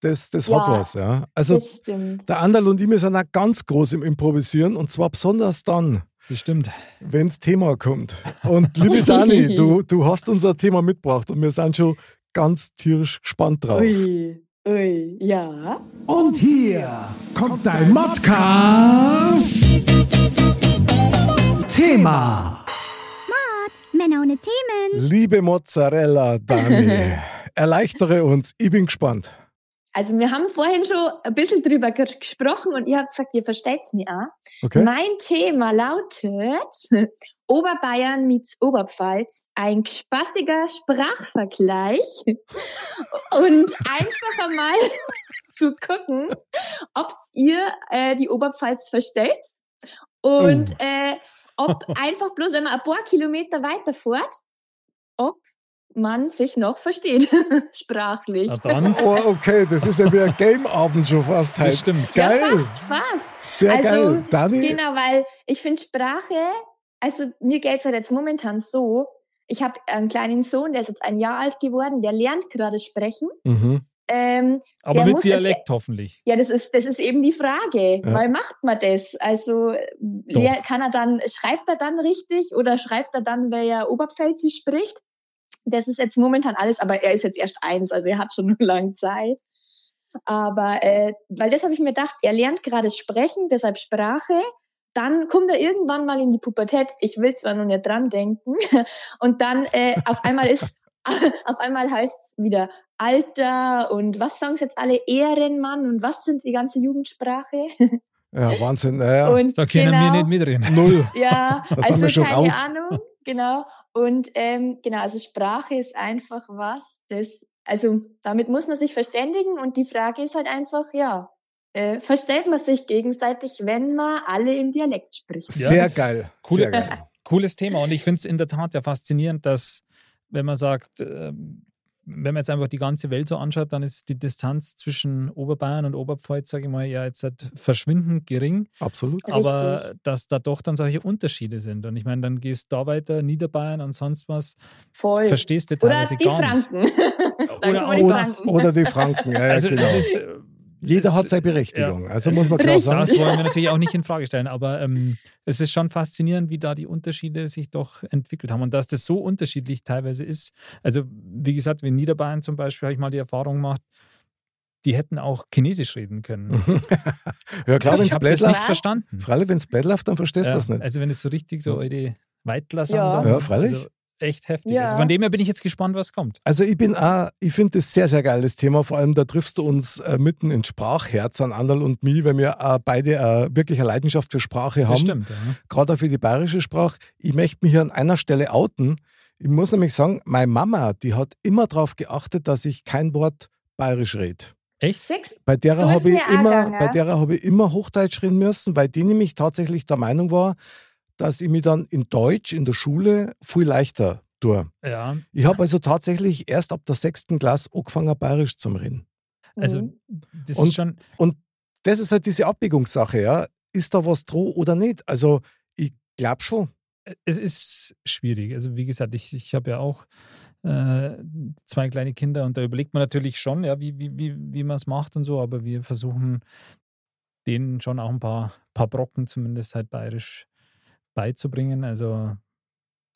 S3: das, das hat
S5: Ja.
S3: was, ja. Also,
S5: das stimmt.
S3: der Anderl und ich wir sind auch ganz groß im Improvisieren und zwar besonders dann,
S2: Das stimmt.
S3: wenn's Thema kommt. Und liebe Dani, du, du hast uns ein Thema mitgebracht und wir sind schon ganz tierisch gespannt drauf.
S5: Ui, ui, ja.
S6: Und hier kommt dein Modcast. Thema.
S4: Männer ohne Themen.
S3: Liebe Mozzarella, Dani, erleichtere uns. Ich bin gespannt.
S5: Also wir haben vorhin schon ein bisschen drüber ge- gesprochen und ihr habt gesagt, ihr versteht's mir auch.
S3: Okay?
S5: Mein Thema lautet Oberbayern meets Oberpfalz, ein spaßiger Sprachvergleich und einfach mal zu gucken, ob ihr äh, die Oberpfalz versteht und
S3: Oh.
S5: äh, ob einfach bloß, wenn man ein paar Kilometer weiter fährt, ob man sich noch versteht, sprachlich.
S2: Na dann,
S3: Oh, okay, das ist ja wie ein Gameabend schon fast
S2: das
S3: halt.
S2: stimmt.
S3: Geil,
S5: Ja, fast, fast.
S3: sehr
S5: Also,
S3: geil. Dani,
S5: Genau, weil ich finde Sprache, also mir geht's halt jetzt momentan so, ich habe einen kleinen Sohn, der ist jetzt ein Jahr alt geworden, der lernt gerade sprechen.
S3: mhm.
S5: Ähm,
S2: Aber
S5: Der
S2: mit
S5: muss jetzt-
S2: Dialekt hoffentlich.
S5: ja, das ist, das ist eben die Frage.
S3: Ja.
S5: Weil macht man das? Also äh, lehr- kann er dann, schreibt er dann richtig oder schreibt er dann, wer ja Oberpfälzisch spricht? Das ist jetzt momentan alles, aber er ist jetzt erst eins, also er hat schon lange Zeit. Aber äh, weil das habe ich mir gedacht, er lernt gerade sprechen, deshalb Sprache. Dann kommt er irgendwann mal in die Pubertät. Ich will zwar noch nicht dran denken. Und dann äh, auf einmal ist, auf einmal heißt es wieder Alter und was sagen jetzt alle Ehrenmann und was sind die ganze Jugendsprache?
S3: Ja, Wahnsinn. Naja,
S5: und
S2: Da können
S5: Genau.
S2: wir nicht mitreden.
S3: null.
S5: ja,
S3: Das haben
S5: also
S3: wir schon
S5: keine
S3: raus.
S5: Ahnung, genau. Und ähm, genau, also Sprache ist einfach was, das, also damit muss man sich verständigen und die Frage ist halt einfach, ja, äh, versteht man sich gegenseitig, wenn man alle im Dialekt spricht?
S2: Ja.
S3: Sehr geil.
S2: Cool.
S3: Sehr geil.
S2: Cooles Thema und ich finde es in der Tat ja faszinierend, dass, wenn man sagt, ähm, wenn man jetzt einfach die ganze Welt so anschaut, dann ist die Distanz zwischen Oberbayern und Oberpfalz, sage ich mal, ja jetzt halt verschwindend gering.
S3: Absolut.
S2: Aber dass da doch dann solche Unterschiede sind. Und ich meine, dann gehst du da weiter, Niederbayern und sonst was,
S5: Voll.
S2: verstehst du
S5: Oder
S2: teilweise
S5: die
S2: gar nicht.
S5: Franken. Dann
S2: Oder
S5: kann man die
S3: Oder,
S5: Franken.
S3: oder die Franken, ja, ja
S2: Also
S3: genau.
S2: das ist, äh,
S3: Jeder
S2: das-
S3: hat seine Berechtigung, also muss man klar
S5: Richtig.
S2: Das
S3: sagen.
S2: wollen wir natürlich auch nicht in Frage stellen, aber ähm, es ist schon faszinierend, wie da die Unterschiede sich doch entwickelt haben und dass das so unterschiedlich teilweise ist. Also, wie gesagt, wie in Niederbayern zum Beispiel habe ich mal die Erfahrung gemacht, die hätten auch Chinesisch reden können. Also,
S3: Ja Mhm. klar, wenn
S2: ich
S3: es
S2: habe das nicht
S3: blättlaft,
S2: verstanden.
S3: freilich, wenn es blättlaft, dann verstehst du
S2: Ja,
S3: das nicht.
S2: Also, wenn es so richtig so alte Weitler sind.
S5: Ja.
S2: dann,
S3: Ja, freilich.
S2: Also, echt heftig.
S5: Ja.
S2: Also von dem her bin ich jetzt gespannt, was kommt.
S3: Also ich bin auch, ich finde das sehr, sehr geiles Thema. Vor allem, da triffst du uns äh, mitten ins Sprachherz an Anderl und mich, weil wir äh, beide äh, wirklich eine Leidenschaft für Sprache
S2: Das
S3: haben.
S2: stimmt. Ja.
S3: Gerade auch für die bayerische Sprache. Ich möchte mich hier an einer Stelle outen. Ich muss nämlich sagen, meine Mama, die hat immer darauf geachtet, dass ich kein Wort bayerisch rede.
S2: Echt?
S5: Sechs.
S3: Bei derer
S5: So ist
S3: habe ich,
S5: mir auch
S3: immer,
S5: gegangen.
S3: bei derer habe ich immer Hochdeutsch reden müssen, weil die nämlich tatsächlich der Meinung war, dass ich mich dann in Deutsch in der Schule viel leichter tue.
S2: Ja.
S3: Ich habe also tatsächlich erst ab der sechsten Klasse angefangen, Bayerisch zu reden.
S2: Also,
S5: Mhm.
S2: das
S3: Und-
S2: ist schon.
S3: Das ist halt diese Abwägungssache, ja. Ist da was droh oder nicht? Also, ich glaube schon.
S2: es ist schwierig. Also wie gesagt, ich, ich habe ja auch äh, zwei kleine Kinder und da überlegt man natürlich schon, ja, wie, wie, wie, wie man es macht und so, aber wir versuchen denen schon auch ein paar, paar Brocken zumindest halt bayerisch beizubringen. Also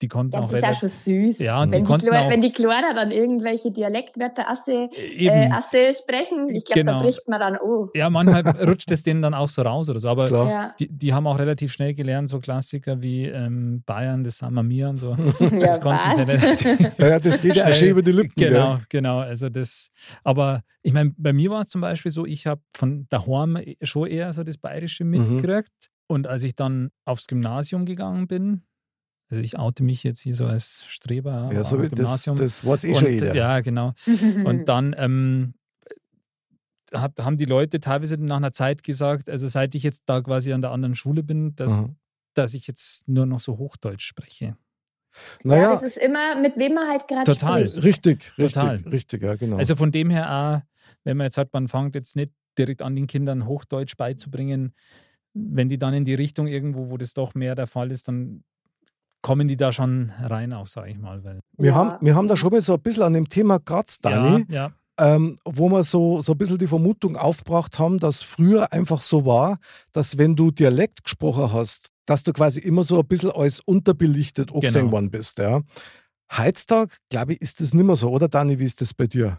S2: die konnten
S5: das
S2: auch
S5: ist ja
S2: relativ-
S5: schon süß.
S2: ja, und die
S5: Wenn die,
S2: konnten
S5: Klo-
S2: auch
S5: wenn die Chlora dann irgendwelche Dialektwörter Asse, äh,
S2: eben,
S5: Asse sprechen, ich glaube,
S2: Genau.
S5: da bricht man dann oh.
S2: ja, manchmal rutscht es denen dann auch so raus oder so, aber
S3: Klar.
S5: Ja,
S2: die, die haben auch relativ schnell gelernt, so Klassiker wie ähm, Bayern, das Sammer Mir und so.
S5: ja
S2: konnten sie
S5: was?
S3: Ja, ja, das geht ja auch
S2: Schnell.
S3: schön über die Lippen.
S2: Genau,
S3: Gell?
S2: genau. Also das, aber ich meine, bei mir war es zum Beispiel so, ich habe von daheim eh- schon eher so das Bayerische
S3: Mhm.
S2: mitgekriegt. Und als ich dann aufs Gymnasium gegangen bin, also ich oute mich jetzt hier so als Streber
S3: Ja, so,
S2: am
S3: wie- das,
S2: Gymnasium.
S3: das weiß eh
S2: und,
S3: schon jeder.
S2: Ja, genau.
S5: Mhm.
S2: Und dann ähm, hab, haben die Leute teilweise nach einer Zeit gesagt, also seit ich jetzt da quasi an der anderen Schule bin, dass,
S3: Mhm.
S2: dass ich jetzt nur noch so Hochdeutsch spreche.
S5: ja,
S3: Naja,
S5: das ist immer, mit wem man halt gerade
S2: Total.
S5: spricht.
S3: richtig, richtig,
S2: Total.
S3: richtig, ja, genau.
S2: Also von dem her auch, wenn man jetzt sagt, man fängt jetzt nicht direkt an, den Kindern Hochdeutsch beizubringen, wenn die dann in die Richtung irgendwo, wo das doch mehr der Fall ist, dann kommen die da schon rein auch, sage ich mal. Weil,
S3: wir,
S5: Ja.
S3: haben, wir haben da schon mal so ein bisschen an dem Thema Graz, Dani.
S2: Ja,
S3: ähm, wo wir so, so ein bisschen die Vermutung aufgebracht haben, dass früher einfach so war, dass wenn du Dialekt gesprochen hast, dass du quasi immer so ein bisschen als unterbelichtet angesehen
S2: Genau.
S3: worden bist. Ja. Heutzutage, glaube ich, ist das nicht mehr so, oder Dani, wie ist das bei dir?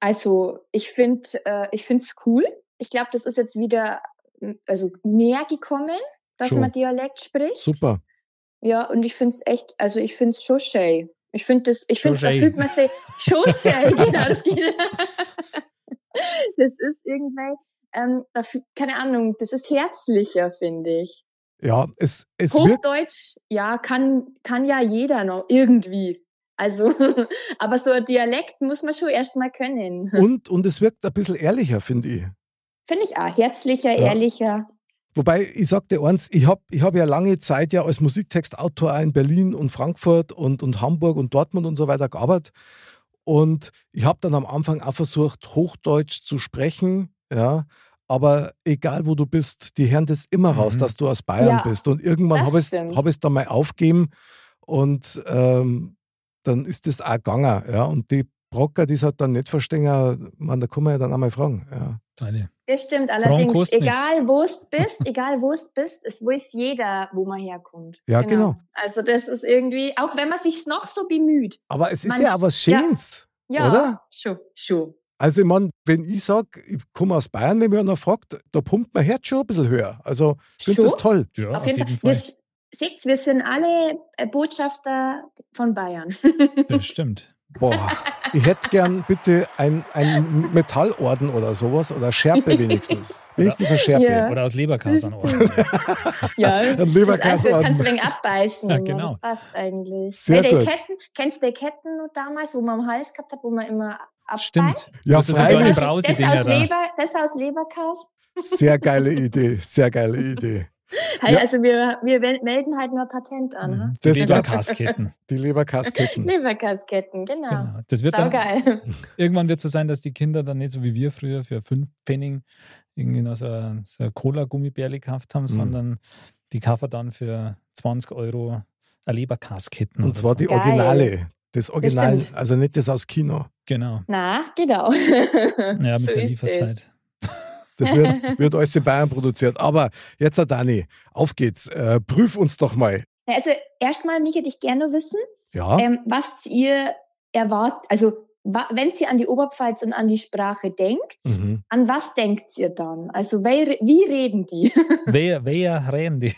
S5: Also, ich finde äh, ich find's cool. Ich glaube, das ist jetzt wieder m, also mehr gekommen, dass
S3: Schon.
S5: man Dialekt spricht.
S3: Super.
S5: Ja, und ich find's echt, also ich find's schon schön. Ich finde das, ich finde,
S2: Schon
S5: da
S2: schön.
S5: fühlt man sich schon schön. genau, das geht. das ist irgendwie, ähm, da fühl- keine Ahnung, das ist herzlicher, finde ich.
S3: Ja, es, es wirkt.
S5: Hochdeutsch, ja, kann, kann ja jeder noch irgendwie. Also, aber so ein Dialekt muss man schon erstmal können.
S3: Und, und es wirkt ein bisschen ehrlicher, finde ich.
S5: Finde ich auch. Herzlicher,
S3: Ja.
S5: ehrlicher.
S3: Wobei, ich sag dir eins, ich hab ich hab ja lange Zeit ja als Musiktextautor auch in Berlin und Frankfurt und, und Hamburg und Dortmund und so weiter gearbeitet. Und ich hab dann am Anfang auch versucht, Hochdeutsch zu sprechen, ja. Aber egal wo du bist, die hören das immer raus,
S2: Mhm.
S3: dass du aus Bayern
S5: Ja,
S3: bist. Und irgendwann
S5: das
S3: habe ich
S5: stimmt.
S3: hab ich's dann mal aufgeben und ähm, dann ist das auch gegangen. Ja. Und die Brocker, die es halt dann nicht verstehen, man, da kann man ja dann einmal fragen. Ja.
S2: total.
S5: Das stimmt
S2: Frauen
S5: allerdings.
S2: kosten nix.
S5: Egal wo es bist, egal wo es bist, es weiß jeder, wo man herkommt.
S3: Ja, genau.
S5: Also das ist irgendwie, auch wenn man sich's noch so bemüht.
S3: Aber es ist
S5: Man-
S3: ja auch was
S5: ja.
S3: Schönes.
S5: Ja,
S3: Oder?
S5: schon, schon.
S3: Also, ich meine, wenn ich sage, ich komme aus Bayern, wenn mich einer fragt, da pumpt mein Herz schon ein bisschen höher. Also, ich finde
S5: Schon?
S3: das toll.
S2: Ja,
S5: auf, jeden Fall. Fall. Seht, wir sind alle äh, Botschafter von Bayern.
S2: Das stimmt.
S3: Boah, ich hätte gern bitte ein, ein Metallorden oder sowas oder Schärpe wenigstens. wenigstens eine Schärpe.
S5: Ja.
S2: Oder aus Leberkasern.
S5: Das
S2: oder?
S5: Ja,
S3: Ein Leberkäse
S5: das also, kannst du
S3: an.
S5: wegen abbeißen.
S2: Ja,
S5: Ja,
S2: genau.
S5: genau. Das passt eigentlich.
S3: Sehr
S5: Weil
S3: gut.
S5: Die Ketten, kennst du die Ketten noch damals, wo man am Hals gehabt hat, wo man immer abbeißt?
S2: Stimmt.
S3: Ja,
S2: Das ist so Kleine
S5: Das, aus,
S3: freilich.
S5: das,
S2: Brausedinger
S5: aus
S2: da.
S5: Leber, das aus Leberkast?
S3: Sehr geile Idee. Sehr geile Idee.
S5: Halt,
S3: Ja.
S5: Also wir, wir wel- melden halt nur Patent an. Mhm.
S3: Das bleibt
S2: Leberkasketten.
S3: die Leberkasketten.
S5: Leberkasketten, genau.
S2: Genau. Das wird dann,
S5: Saugeil.
S2: irgendwann wird es so sein, dass die Kinder dann nicht so wie wir früher für fünf Pfennig irgendwie noch so ein, so ein Cola-Gummibärli gekauft
S3: Mhm.
S2: haben, sondern die kaufen dann für 20 Euro eine Leberkasketten.
S3: Und
S2: oder
S3: zwar
S2: so.
S3: die
S5: Geil.
S3: Originale. Das Original,
S5: stimmt.
S3: also nicht das aus Kino.
S2: Genau.
S5: Na, genau.
S2: Ja, mit
S5: So
S2: der
S5: ist es.
S2: Lieferzeit.
S3: Das wird, wird alles in Bayern produziert. Aber jetzt, Herr Dani, auf geht's. Äh, prüf uns doch mal.
S5: Na, Also erstmal, mich hätte ich gerne wissen,
S3: Ja,
S5: ähm, was ihr erwartet, also wa- wenn ihr an die Oberpfalz und an die Sprache denkt,
S3: mhm.
S5: an was denkt ihr dann? Also wer, wie reden die?
S2: Wer, wer Randy?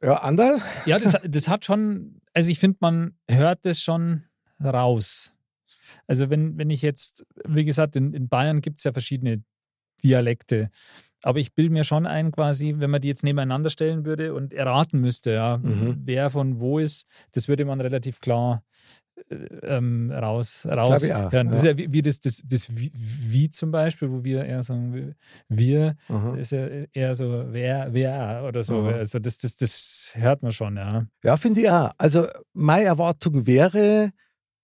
S3: ja Anderl?
S2: Ja, das, das hat schon, also ich finde, man hört es schon raus. Also wenn, wenn ich jetzt, wie gesagt, in, in Bayern gibt es ja verschiedene Dialekte. Aber ich bilde mir schon ein, quasi, wenn man die jetzt nebeneinander stellen würde und erraten müsste, ja,
S3: Mhm.
S2: wer von wo ist, das würde man relativ klar äh, ähm, raus,
S3: Glaub
S2: raus
S3: ich auch,
S2: hören. Das ist
S3: ja.
S2: ja wie, wie das, das, das wie, wie zum Beispiel, wo wir eher sagen, wir- wir,
S3: Mhm.
S2: ist ja eher so, wer, wer oder so.
S3: Mhm.
S2: Also das, das, das hört man schon, ja.
S3: Ja, finde ich auch. Also meine Erwartung wäre,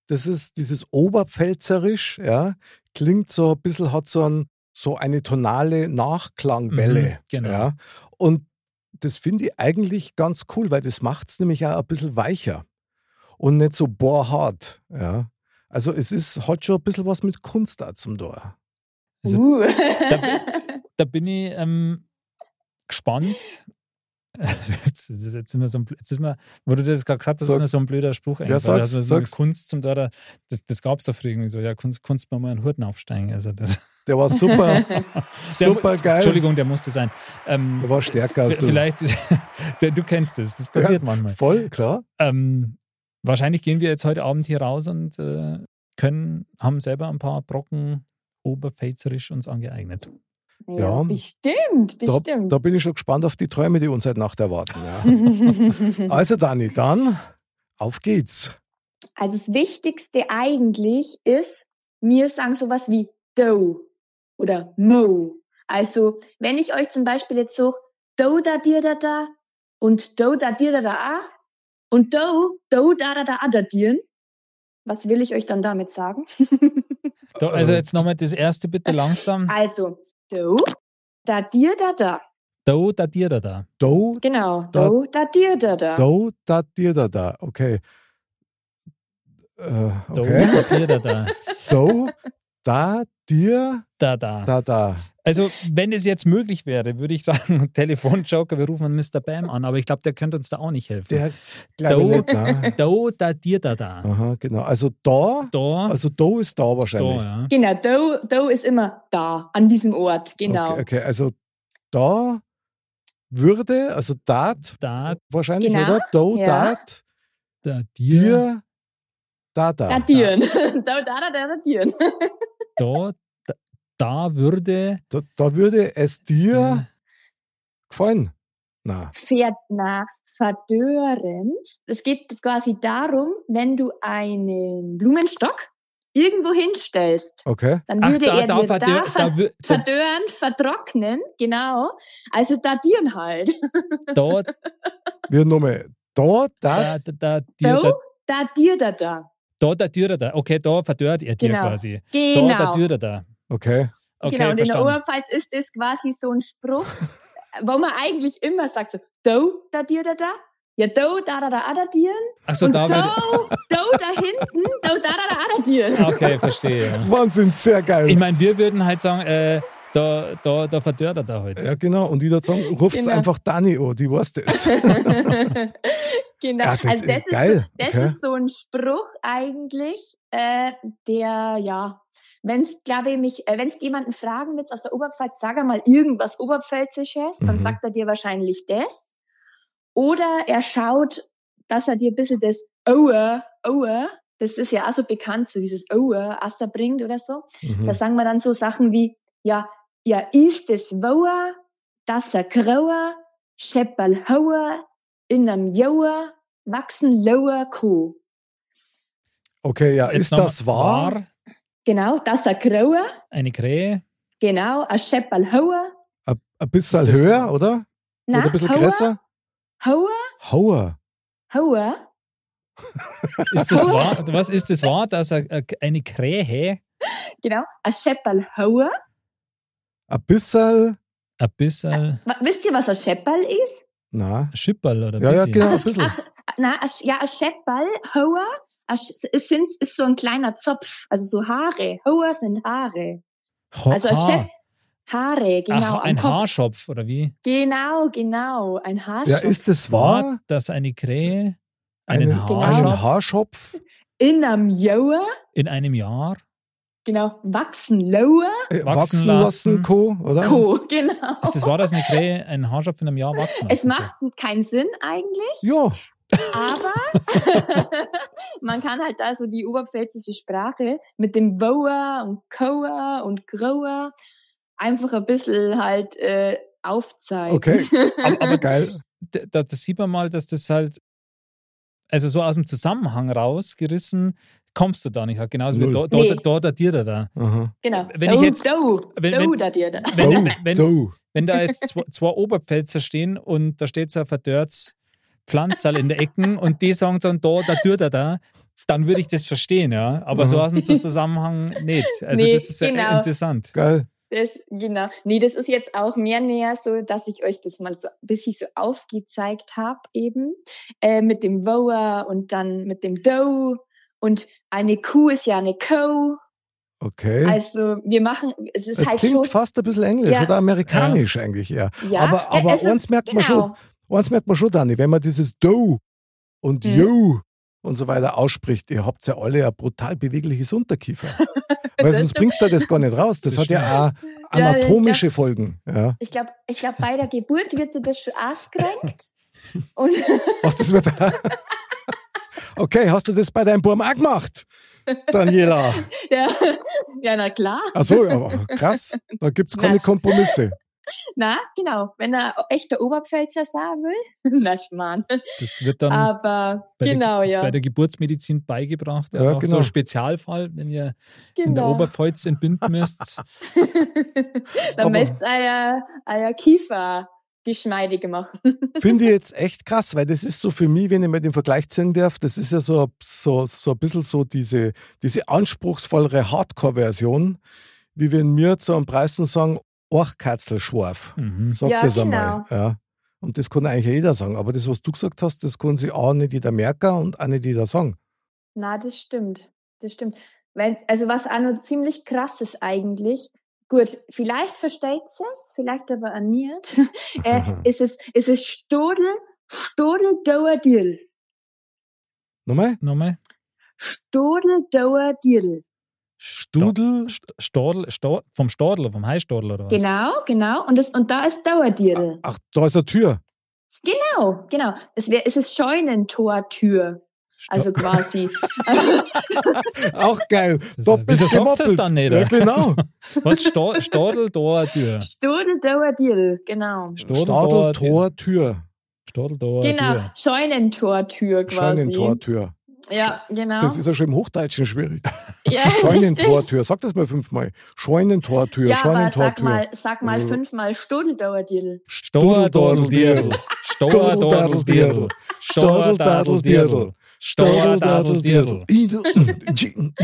S3: das ist dieses Oberpfälzerisch, ja, klingt so ein bisschen, hat so, ein, so eine tonale
S2: Mhm,
S3: Nachklangwelle.
S2: genau.
S3: Ja. Und das finde ich eigentlich ganz cool, weil das macht es nämlich auch ein bisschen weicher und nicht so bohrhart. Ja. Also es ist, hat schon ein bisschen was mit Kunst da zum Tor.
S2: Also,
S5: uh.
S2: Da bin ich ähm, gespannt. Jetzt, ist- jetzt, sind wir so ein, jetzt ist mir, wo du das gerade gesagt hast, ist
S3: Sag's.
S2: mir so ein blöder Spruch
S3: sag's,
S2: also, so mit
S3: sag's.
S2: Kunst zum Dada, das, das gab es doch früher irgendwie so. Ja, Kunst, Kunst muss man einen Hurten aufsteigen. Also das,
S3: Der war super, super geil.
S2: Entschuldigung, der musste sein. Ähm,
S3: Der war stärker als
S2: v-
S3: du.
S2: vielleicht, ist, du kennst es, das passiert manchmal.
S3: Voll, klar.
S2: Ähm, wahrscheinlich gehen wir jetzt heute Abend hier raus und äh, können, haben selber ein paar Brocken oberpfälzerisch uns angeeignet.
S3: Ja.
S5: Bestimmt,
S3: Da,
S5: bestimmt.
S3: da bin ich schon gespannt auf die Träume, die uns heute Nacht erwarten. Ja. Also Dani, dann auf geht's.
S5: also das Wichtigste eigentlich ist, mir sagen sowas wie do oder mo. Also wenn ich euch zum Beispiel jetzt so do da dir da da und do da dir da da a und do do da da da a da dirn, was will ich euch dann damit sagen?
S2: Da, also
S3: Ähm,
S2: jetzt nochmal das erste bitte langsam.
S5: Also do da dir da da.
S2: Do, da, dir, da, da.
S3: Do,
S5: Genau,
S3: Da-
S5: do da dir da da.
S3: do, da, dir, da, da. Okay. Äh,
S2: Do,
S3: okay.
S2: da, dir, da, da.
S3: Do, da, dir,
S2: Da, da.
S3: da, da.
S2: Also, wenn es jetzt möglich wäre, würde ich sagen, Telefonjoker, wir rufen Mr. Bam an, aber ich glaube, der könnte uns da auch nicht helfen.
S3: Der glaube
S2: Do.
S3: ich nicht, ne?
S2: Do, da, dir, da, da.
S3: Aha, genau. Also da,
S2: Da,
S3: also do ist da
S2: da,
S3: wahrscheinlich.
S2: ja.
S5: Genau, do do ist immer da an diesem Ort. Genau.
S3: Okay, okay, also da würde, also dat
S2: Da,
S3: wahrscheinlich,
S5: Genau,
S3: oder? Do,
S5: ja.
S3: dat,
S2: da, dir,
S3: dir, da, da.
S5: Da dirn. Da da da da da dirn.
S2: da, da, da würde. äh,
S3: Da, da würde es dir gefallen. Na,
S5: Ver, na, verdören. Es geht quasi darum, wenn du einen Blumenstock irgendwo hinstellst,
S3: okay.
S5: dann
S2: Ach,
S5: würde
S2: da,
S5: er
S2: da,
S5: dir da,
S2: da, da,
S5: ver,
S2: wür- da,
S5: verdören, vertrocknen. Genau. Also da dirn halt.
S2: da,
S3: Wir nochmal. Da, dat,
S2: da, da, da, dir, da,
S5: Do, da dir
S2: da, da, dir, da,
S5: da da.
S2: da. Okay, da verdört er dir
S5: Genau.
S2: quasi.
S5: Genau.
S2: Da, da, dir, da, da.
S3: okay.
S2: Okay,
S5: genau, und in der
S2: verstanden.
S5: Oberpfalz ist es quasi so ein Spruch, wo man eigentlich immer sagt, so, do, da, dir, da, da, ja, do, da, da, da, a, da, dir,
S2: Achso,
S5: und
S2: da
S5: do,
S2: wird.
S5: do, da hinten, do, da, da, da, a, da, dir.
S2: Okay, verstehe.
S3: Wahnsinn, sehr geil.
S2: Ich meine, wir würden halt sagen, äh, da, da, da verdört er da halt. heute.
S3: ja, genau. Und ich würde sagen, ruft
S5: Genau.
S3: einfach Dani an, die weiß das.
S5: genau,
S3: Ja, das
S5: also
S3: ist
S5: das, ist,
S3: geil.
S5: So, das
S3: Okay.
S5: ist so ein Spruch eigentlich, äh, der, ja, wenn's, glaube ich, mich, äh, wenn's jemanden fragen willst aus der Oberpfalz, sag er mal irgendwas Oberpfälzisches, dann
S3: Mhm.
S5: sagt er dir wahrscheinlich das. Oder er schaut, dass er dir ein bisschen das Owe, Owe, das ist ja auch so bekannt, so dieses Owe, was er bringt oder so. Da
S3: Mhm.
S5: sagen wir dann so Sachen wie, ja, ja, ist es woher, das er grauer, scheppel hauer, in einem Jauer, wachsen lauer Kuh.
S3: Okay, ja,
S2: Jetzt
S3: ist
S2: noch mal,
S3: das wahr?
S5: Genau, das er grauer,
S2: Eine Krähe.
S5: genau, a scheppel hauer,
S3: Ein, ein bisschen
S2: bisschen.
S3: höher, oder?
S5: Na,
S3: oder ein bisschen
S5: Hauer?
S3: größer?
S5: Hauer?
S3: Hauer.
S5: Hauer?
S2: Ist das wahr? Was ist das wahr, dass ein- ein- eine Krähe
S5: Genau. Ein Schepperl Hauer.
S3: Ein bisschen.
S2: ein bisschen
S5: Wa- Wisst ihr, was ein Schepperl ist?
S3: Na.
S2: Schipperl oder ein
S3: Ja, ja,
S2: bisschen?
S3: genau, ein bisschen.
S5: Na, ein, Sch- ja, ein Schepperl Hauer ein Sch- es sind, ist so ein kleiner Zopf, also so Haare. Hauer sind Haare.
S2: Ho-
S5: Also ein
S2: Haar.
S5: Schepp Haare, genau.
S2: Ach,
S5: am
S2: Oh, ah. ein
S5: Kopf.
S2: Haarschopf oder wie?
S5: Genau, genau. Ein Haarschopf.
S3: Ja, ist das wahr?
S2: dass eine Krähe einen
S3: Eine-
S5: Genau.
S2: Haarschopf
S3: Einen Haarschopf?
S5: in einem Jahr,
S2: in einem Jahr
S5: genau, wachsen lower.
S3: Äh,
S2: Wachsen
S3: wachsen lassen,
S2: lassen.
S3: Co., oder?
S5: Co, genau.
S2: Ist es wahr, dass eine Krähe einen Haarschopf in einem Jahr wachsen lässt?
S5: Es macht keinen Sinn eigentlich,
S3: Ja,
S5: aber man kann halt da so die oberpfälzische Sprache mit dem Bauer und Coer und Grower einfach ein bisschen halt äh, aufzeigen.
S3: okay.
S2: Aber, aber
S3: Geil.
S2: d- da, das sieht man mal, dass das halt, also so aus dem Zusammenhang rausgerissen, kommst du da nicht. Halt Genauso wie
S3: Null.
S2: da, da,
S5: Nee.
S2: da, da, dir, da, da.
S3: Aha.
S5: Genau.
S2: Wenn ich
S5: Dau,
S2: jetzt-
S5: Dau,
S2: wenn-
S5: Dau
S2: wenn-
S5: da dir da.
S2: Wenn,
S3: Dau,
S2: wenn,
S3: dau.
S2: wenn da jetzt zwei, zwei Oberpfälzer stehen und da steht so ein verdörrtes Pflanzerl in der Ecken und die sagen dann da, da, dür, da, da, dann würde ich das verstehen, ja. Aber so
S3: Mhm.
S2: aus dem Zusammenhang nicht. Also
S5: Nee,
S2: das ist ja
S5: genau.
S2: interessant.
S3: Geil.
S5: Das, genau. Nee, das ist jetzt auch mehr näher so, dass ich euch das mal so ein bisschen so aufgezeigt habe eben. Äh, mit dem Wower und dann mit dem Doe. Und eine Kuh ist ja eine Co.
S3: Okay.
S5: Also wir machen, es ist
S3: das
S5: halt
S3: klingt
S5: schon.
S3: fast ein bisschen englisch
S5: Ja.
S3: oder amerikanisch eigentlich eher.
S5: ja,
S3: aber
S5: äh,
S3: aber
S5: es ist-
S3: eins merkt man schon,
S5: genau.
S3: eins merkt man schon, Dani, wenn man dieses Do und
S5: Mhm.
S3: You und so weiter ausspricht, ihr habt ja alle ein brutal bewegliches Unterkiefer. Weil
S5: Das
S3: sonst
S5: stimmt.
S3: bringst du das gar nicht raus. Das,
S2: Das
S3: hat ja auch
S5: Ja,
S3: anatomische Folgen. Ja.
S5: Ich glaube, ich glaub, bei der Geburt wird dir das schon ausgerenkt. und
S3: Was das wird. okay, hast du das bei deinem Burm auch gemacht, Daniela?
S5: ja, ja, na klar.
S3: Also krass, da gibt es keine
S5: Was?
S3: Kompromisse.
S5: Na, genau. Wenn er echter Oberpfälzer sagen will, na schmarrn.
S2: Das wird dann
S5: Aber
S2: bei der-
S5: Ah, genau, ja.
S2: bei der Geburtsmedizin beigebracht.
S3: Ja,
S2: auch
S3: genau.
S2: so ein Spezialfall, wenn ihr in der
S5: genau.
S2: Oberpfalz entbinden müsst.
S5: Dann
S3: Aber-
S5: müsst euer, euer Kiefer geschmeidig machen.
S3: Finde ich jetzt echt krass, weil das ist so für mich, wenn ich mal den Vergleich ziehen darf, das ist ja so, so, so ein bisschen so diese, diese anspruchsvollere Hardcore-Version, wie wenn mir zu einem Preisen sagen, Orchkatzelschwarf.
S2: Mhm.
S3: Sag
S5: Ja,
S3: das
S5: genau.
S3: einmal. Ja. Und das kann eigentlich jeder sagen. Aber das, was du gesagt hast, das kann sich auch nicht jeder merken und auch nicht jeder sagen.
S5: Na, das stimmt. Das stimmt. Wenn, also was auch noch ziemlich krass ist eigentlich, gut, vielleicht versteht es, vielleicht aber auch nicht, äh, ist es, ist es Stodel, Stodel Dauer Dirl.
S3: Nochmal?
S2: Nochmal?
S5: Stodel Dauer Dirl.
S3: Studel,
S2: Stordel, Stor vom Stordel, vom Heistordel oder was?
S5: Genau, genau. Und, das, und da ist Dauer Dirl.
S3: ach, da ist eine Tür.
S5: Genau, genau. Es, wär, es ist Scheunentortür. Also quasi.
S3: Auch geil.
S2: ist
S3: Da
S2: ja- wieso
S3: bist du
S2: sagt das
S3: gemoppelt.
S2: dann nicht?
S3: Ja, genau.
S2: Was? Stor Stordel, Dor, Tür.
S5: Stodel Dauer Dirl, genau.
S2: Stordel,
S3: Stadel,
S2: Dor, Tür.
S3: Tor, Tür.
S2: Stordel, Dor,
S5: Genau,
S2: Tür.
S5: Scheunentortür quasi.
S3: Scheunentor, Tür.
S5: Ja, genau.
S3: Das ist ja schon im Hochdeutschen schwierig.
S5: ja, richtig.
S3: Scheunentortür, sag das mal fünfmal. Scheunentortür,
S5: Ja, aber sag
S3: Scheunentortür.
S5: mal, sag mal
S3: Mhm.
S5: fünfmal Stodeldauerdirl.
S2: Stordel, Dirl.
S3: Stordel,
S2: Stordel, Dirl.
S3: Stordel, Dadel, Dirl.
S2: Stordel, Dadel, Dirl.
S3: Idel.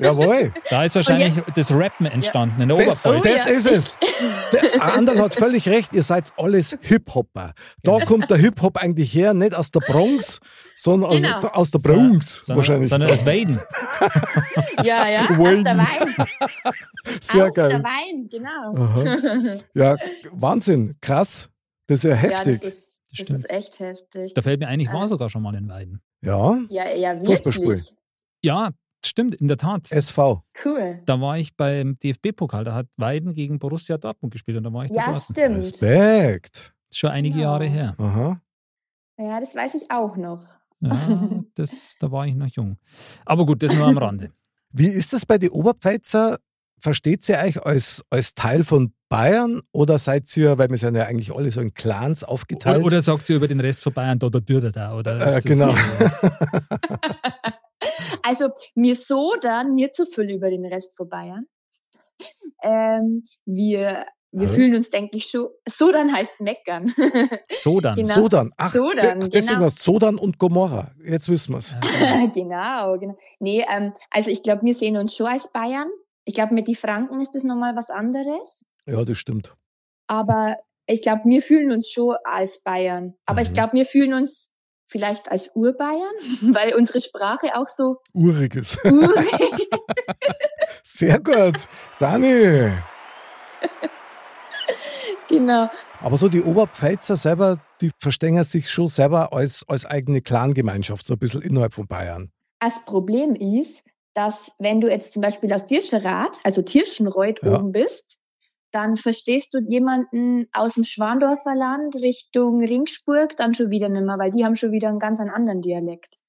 S3: Jawohl,
S2: Da ist wahrscheinlich das Rappen entstanden in der
S3: das,
S5: Oh,
S2: Oberpfalz.
S3: das
S5: ja.
S3: ist es. Der Anderl hat völlig recht, ihr seid alles Hip-Hopper.
S2: Genau.
S3: Da kommt der Hip-Hop eigentlich her, nicht aus der Bronx, sondern aus,
S5: Genau.
S3: aus der Bronx
S2: Sondern-
S3: wahrscheinlich.
S2: Sondern das Waden.
S5: Ja, ja, aus
S3: Wayne.
S5: der Wein.
S3: Sehr
S5: aus der
S3: geil. Oh,
S5: Wein, genau.
S3: Aha. Ja, Wahnsinn, krass. Das ist ja
S5: Ja, das
S3: heftig.
S5: ist, das
S2: Stimmt.
S5: ist echt heftig.
S2: Da fällt mir ein, ich war sogar schon mal in Weiden.
S3: Ja,
S5: Ja, ja,
S3: Fußballspiel.
S5: wirklich.
S2: Ja, stimmt, in der Tat.
S3: SV.
S5: Cool.
S2: Da war ich beim DFB-Pokal, da hat Weiden gegen Borussia Dortmund gespielt und da war ich
S5: Ja,
S2: dabei.
S5: stimmt.
S3: Respekt.
S2: Ist schon einige
S5: Genau.
S2: Jahre her.
S3: Aha.
S5: Ja, das weiß ich auch noch.
S2: Ja, das, da war ich noch jung. Aber gut, das nur am Rande.
S3: Wie ist das bei den Oberpfälzer? Versteht ihr euch als, als Teil von Bayern oder seid ihr, weil wir sind ja eigentlich alle so in Clans aufgeteilt?
S2: Oder, oder sagt sie über den Rest von Bayern, da, da, da, da, oder? ist
S3: Äh,
S2: das-
S3: genau.
S5: Also, mir so dann, mir zu viel über den Rest von Bayern. Ähm, wir Wir
S3: Hä?
S5: fühlen uns, denke ich, schon. Sodan heißt meckern.
S2: Sodan.
S5: Genau.
S3: Sodan. Ach,
S5: Sodan,
S3: de- deswegen
S5: genau.
S3: hast Sodan und Gomorra. Jetzt wissen wir es.
S2: Ja.
S5: genau, genau. Nee, ähm, also ich glaube, wir sehen uns schon als Bayern. Ich glaube, mit die Franken ist das nochmal was anderes.
S3: Ja, das stimmt.
S5: Aber ich glaube, wir fühlen uns schon als Bayern. Aber ich
S3: Mhm.
S5: glaube, wir fühlen uns vielleicht als Urbayern, weil unsere Sprache auch so
S3: Uriges.
S5: urig
S3: Sehr gut. Dani.
S5: Genau.
S3: Aber so die Oberpfälzer selber, die verstehen sich schon selber als, als eigene Clangemeinschaft, so ein bisschen innerhalb von Bayern.
S5: Das Problem ist, dass wenn du jetzt zum Beispiel aus Tirscherath, also Tirschenreuth
S3: Ja.
S5: oben bist, dann verstehst du jemanden aus dem Schwandorfer Land Richtung Ringsburg dann schon wieder nimmer, weil die haben schon wieder einen ganz einen anderen Dialekt.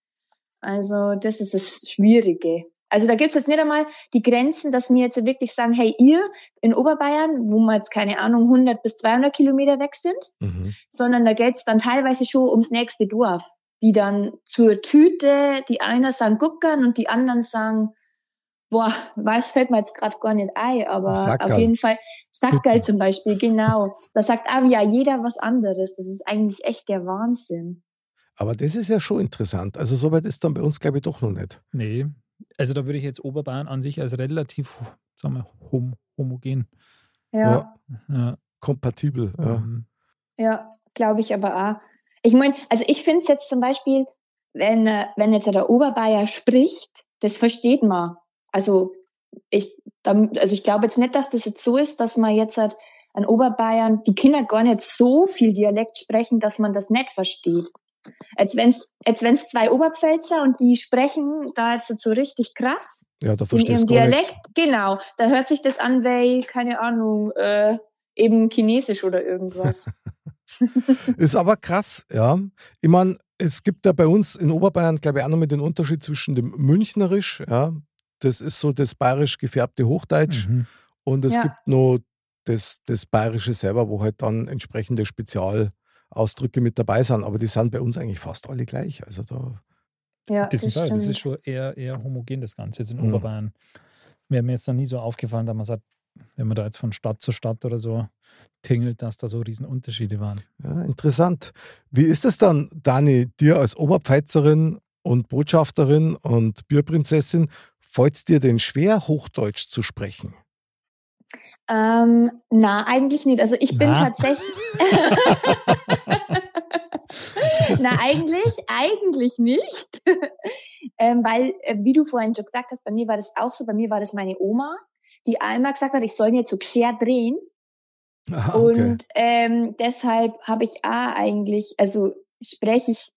S5: Also das ist das Schwierige. Also da gibt's jetzt nicht einmal die Grenzen, dass mir jetzt wirklich sagen, hey, ihr in Oberbayern, wo wir jetzt keine Ahnung 100 bis 200 Kilometer weg sind,
S3: Mhm.
S5: sondern da geht's dann teilweise schon ums nächste Dorf. Die dann zur Tüte, die einer sagen Guckern und die anderen sagen, boah, weiß fällt mir jetzt gerade gar nicht ein, aber
S3: Sackerl.
S5: auf jeden Fall Sackerl
S3: Gucken.
S5: zum Beispiel, genau. Da sagt aber ja jeder was anderes. Das ist eigentlich echt der Wahnsinn.
S3: Aber das ist ja schon interessant. Also so weit ist dann bei uns, glaube ich, doch noch nicht.
S2: Nee. Also da würde ich jetzt Oberbayern an sich als relativ, sagen wir, hom homogen.
S5: Ja,
S3: Ja.
S5: ja,
S2: Ja,
S3: Kompatibel. Ja.
S2: ähm,
S5: glaube ich aber auch. Ich meine, also ich finde es jetzt zum Beispiel, wenn, äh, wenn jetzt der Oberbayer spricht, das versteht man. Also ich, dann, also ich glaube jetzt nicht, dass das jetzt so ist, dass man jetzt halt an Oberbayern die Kinder gar nicht so viel Dialekt sprechen, dass man das nicht versteht. Als wenn's, als wenn's zwei Oberpfälzer und die sprechen da jetzt so richtig krass
S3: ja, da
S5: in ihrem
S3: verstehst du gar
S5: Dialekt.
S3: nichts.
S5: Genau, da hört sich das an, weil, keine Ahnung, äh, eben Chinesisch oder irgendwas.
S3: Ist aber krass, ja. Ich meine, es gibt da bei uns in Oberbayern, glaube ich, auch noch mit den Unterschied zwischen dem Münchnerisch, ja. Das ist so das bayerisch gefärbte Hochdeutsch.
S2: mhm.
S3: Und es
S5: Ja.
S3: gibt noch das, das Bayerische selber, wo halt dann entsprechende Spezialausdrücke mit dabei sind. Aber die sind bei uns eigentlich fast alle gleich. Also da,
S5: ja,
S2: das, ist, das
S5: stimmt.
S2: ist schon eher, eher homogen, das Ganze jetzt in
S3: Mhm.
S2: Oberbayern. Wäre mir jetzt noch nie so aufgefallen, dass man sagt, wenn man da jetzt von Stadt zu Stadt oder so tingelt, dass da so Riesenunterschiede waren.
S3: ja, interessant. Wie ist es dann, Dani, dir als Oberpfeizerin und Botschafterin und Bierprinzessin, fällt es dir denn schwer, Hochdeutsch zu sprechen?
S5: Ähm, na, eigentlich nicht. Also ich bin
S2: Na?
S5: tatsächlich. na, eigentlich, eigentlich nicht. ähm, weil, äh, wie du vorhin schon gesagt hast, bei mir war das auch so, bei mir war das meine Oma, die einmal gesagt hat, ich soll jetzt so geschert drehen.
S3: Ah,
S5: Und ähm, deshalb habe ich A eigentlich, also spreche ich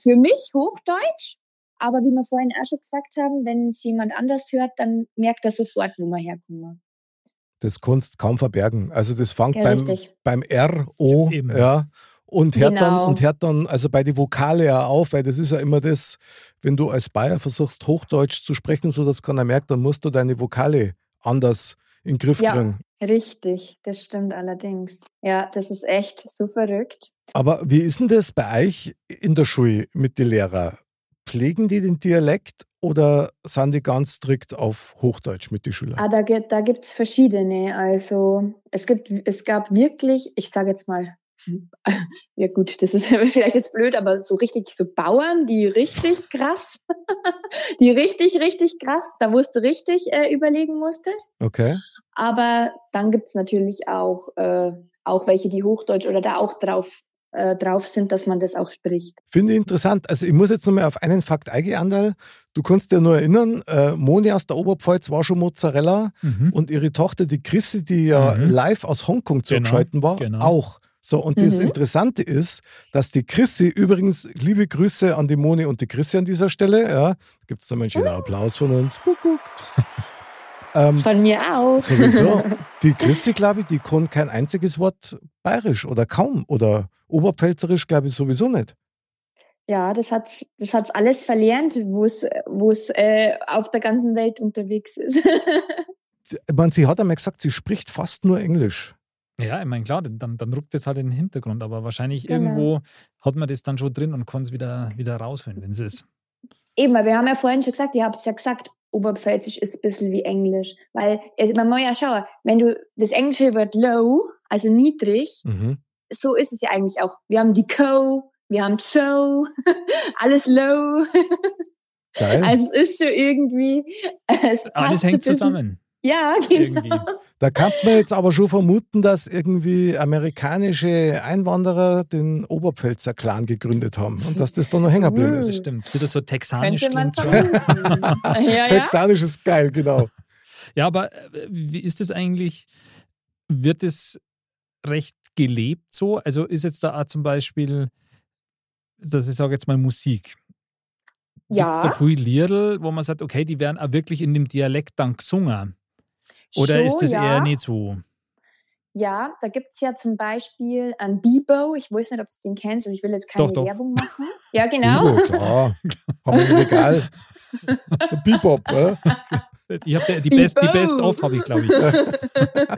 S5: für mich Hochdeutsch, aber wie wir vorhin auch schon gesagt haben, wenn es jemand anders hört, dann merkt er sofort, wo wir herkommen.
S3: Das kannst kaum verbergen. Also das fängt
S5: Ja,
S3: beim,
S5: richtig.
S3: beim R, O,
S2: Eben.
S3: ja. Und hört, dann,
S5: Genau.
S3: und hört dann also bei den Vokale ja auf, weil das ist ja immer das, wenn du als Bayer versuchst, Hochdeutsch zu sprechen, so dass keiner merkt, dann musst du deine Vokale anders in den Griff
S5: Ja.
S3: kriegen.
S5: Richtig, das stimmt allerdings. Ja, das ist echt so verrückt.
S3: Aber wie ist denn das bei euch in der Schule mit den Lehrern? Pflegen die den Dialekt oder sind die ganz strikt auf Hochdeutsch mit den Schülern?
S5: Ah, da, gibt- da gibt's verschiedene. Also es gibt, es gab wirklich, ich sage jetzt mal, hm, ja gut, das ist vielleicht jetzt blöd, aber so richtig so Bauern, die richtig krass, die richtig, richtig krass, da wo du richtig äh, überlegen musstest.
S3: Okay.
S5: Aber dann gibt's natürlich auch, äh, auch welche, die Hochdeutsch oder da auch drauf, äh, drauf sind, dass man das auch spricht.
S3: Finde ich interessant. Also ich muss jetzt nochmal auf einen Fakt eingehen, Anderl. Du kannst dir nur erinnern, äh, Moni aus der Oberpfalz war schon Mozzarella
S2: Mhm.
S3: und ihre Tochter, die Chrissy, die ja
S2: Mhm.
S3: live aus Hongkong zugeschalten war,
S2: genau.
S3: auch. So, und das
S5: Mhm.
S3: Interessante ist, dass die Chrissy, übrigens, liebe Grüße an die Moni und die Chrissy an dieser Stelle, ja, gibt es nochmal einen schönen Applaus von uns. Kuckuck. ähm,
S5: Von mir auch.
S3: sowieso, die Chrissy, glaube ich, die kann kein einziges Wort bayerisch oder kaum oder oberpfälzerisch, glaube ich, sowieso nicht.
S5: Ja, das hat's, das hat's alles verlernt, wo es, wo es äh, auf der ganzen Welt unterwegs ist.
S3: ich meine, sie hat einmal gesagt, sie spricht fast nur Englisch.
S2: Ja, ich meine, klar, dann, dann rückt es halt in den Hintergrund, aber wahrscheinlich
S5: Genau.
S2: irgendwo hat man das dann schon drin und kann es wieder, wieder rausfinden, wenn es ist.
S5: Eben, weil wir haben ja vorhin schon gesagt, ihr habt's ja gesagt, Oberpfälzisch ist ein bisschen wie Englisch. Weil, also man muss ja schauen, wenn du das englische Wort low, also niedrig,
S3: Mhm.
S5: so ist es ja eigentlich auch. Wir haben die Co, wir haben Show, alles low.
S3: Geil.
S5: Also es ist schon irgendwie. Es passt
S2: Alles
S5: schon ein
S2: hängt
S5: bisschen-
S2: zusammen.
S5: Ja, genau.
S2: Irgendwie.
S3: Da kann man jetzt aber schon vermuten, dass irgendwie amerikanische Einwanderer den Oberpfälzer Clan geblieben haben und dass das da noch hängen
S5: Hm.
S3: geblieben
S2: Das
S3: ist.
S2: stimmt. Wieder so texanisch
S5: Könnte man
S2: klingt schon.
S5: vermuten. ja, ja.
S3: Texanisch ist geil, genau.
S2: Ja, aber äh, wie ist das eigentlich? Wird es recht gelebt so? Also ist jetzt da auch zum Beispiel, dass ich sage jetzt mal Musik. Gibt es da
S5: ja.
S2: viel Liedl, wo man sagt, okay, die werden auch wirklich in dem Dialekt dann gesungen? Oder
S5: schon,
S2: ist das
S5: ja.
S2: eher nicht so?
S5: Ja, da gibt's ja zum Beispiel an Bebo, ich weiß nicht, ob du den kennst, also ich will jetzt keine
S2: Doch, doch.
S5: Werbung machen. Ja, genau.
S3: Bibo, klar. Haben wir im Regal. Bebop, äh?
S2: Ich habe die
S5: Die
S2: Best, die
S5: Bo.
S2: Best of habe ich, glaube ich.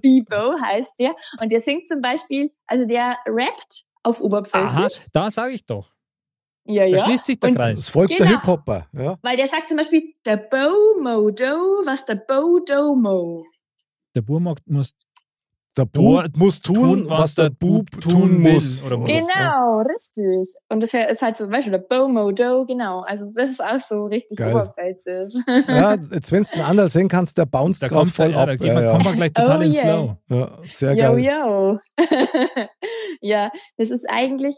S5: Bebo heißt der. Und der singt zum Beispiel, also der rappt auf
S2: Aha,
S5: Oberpfälzisch.
S2: da sage ich doch.
S5: Ja,
S2: Da
S5: ja.
S2: schließt sich der
S5: Und-
S2: Kreis.
S3: Das Volk der
S5: Genau.
S3: Hip-Hopper. Ja?
S5: Weil der sagt zum Beispiel, der Bo-Mo-Do, was der Bo-Do-Mo.
S2: Oh, Der Burmarkt muss
S3: Der Bub
S2: Dort
S3: muss tun,
S2: tun,
S3: was, der Bub tun
S2: will
S3: muss.
S2: oder muss.
S3: Oder so.
S5: Genau, richtig. Und das ist halt zum Beispiel der Bo-Mo-Do, genau. Also das ist auch so richtig
S3: Geil.
S5: oberpfälzisch.
S3: Ja, jetzt, wenn du den anderen sehen kannst, der bounced
S2: Da
S3: gerade
S2: kommt,
S3: voll
S2: ja,
S3: ab.
S2: da geht
S3: ja,
S2: man,
S3: ja.
S2: kommt man gleich total
S5: Oh
S2: in den
S5: yeah.
S2: Flow.
S3: Ja, sehr
S5: Yo,
S3: geil.
S5: yo. ja, das ist eigentlich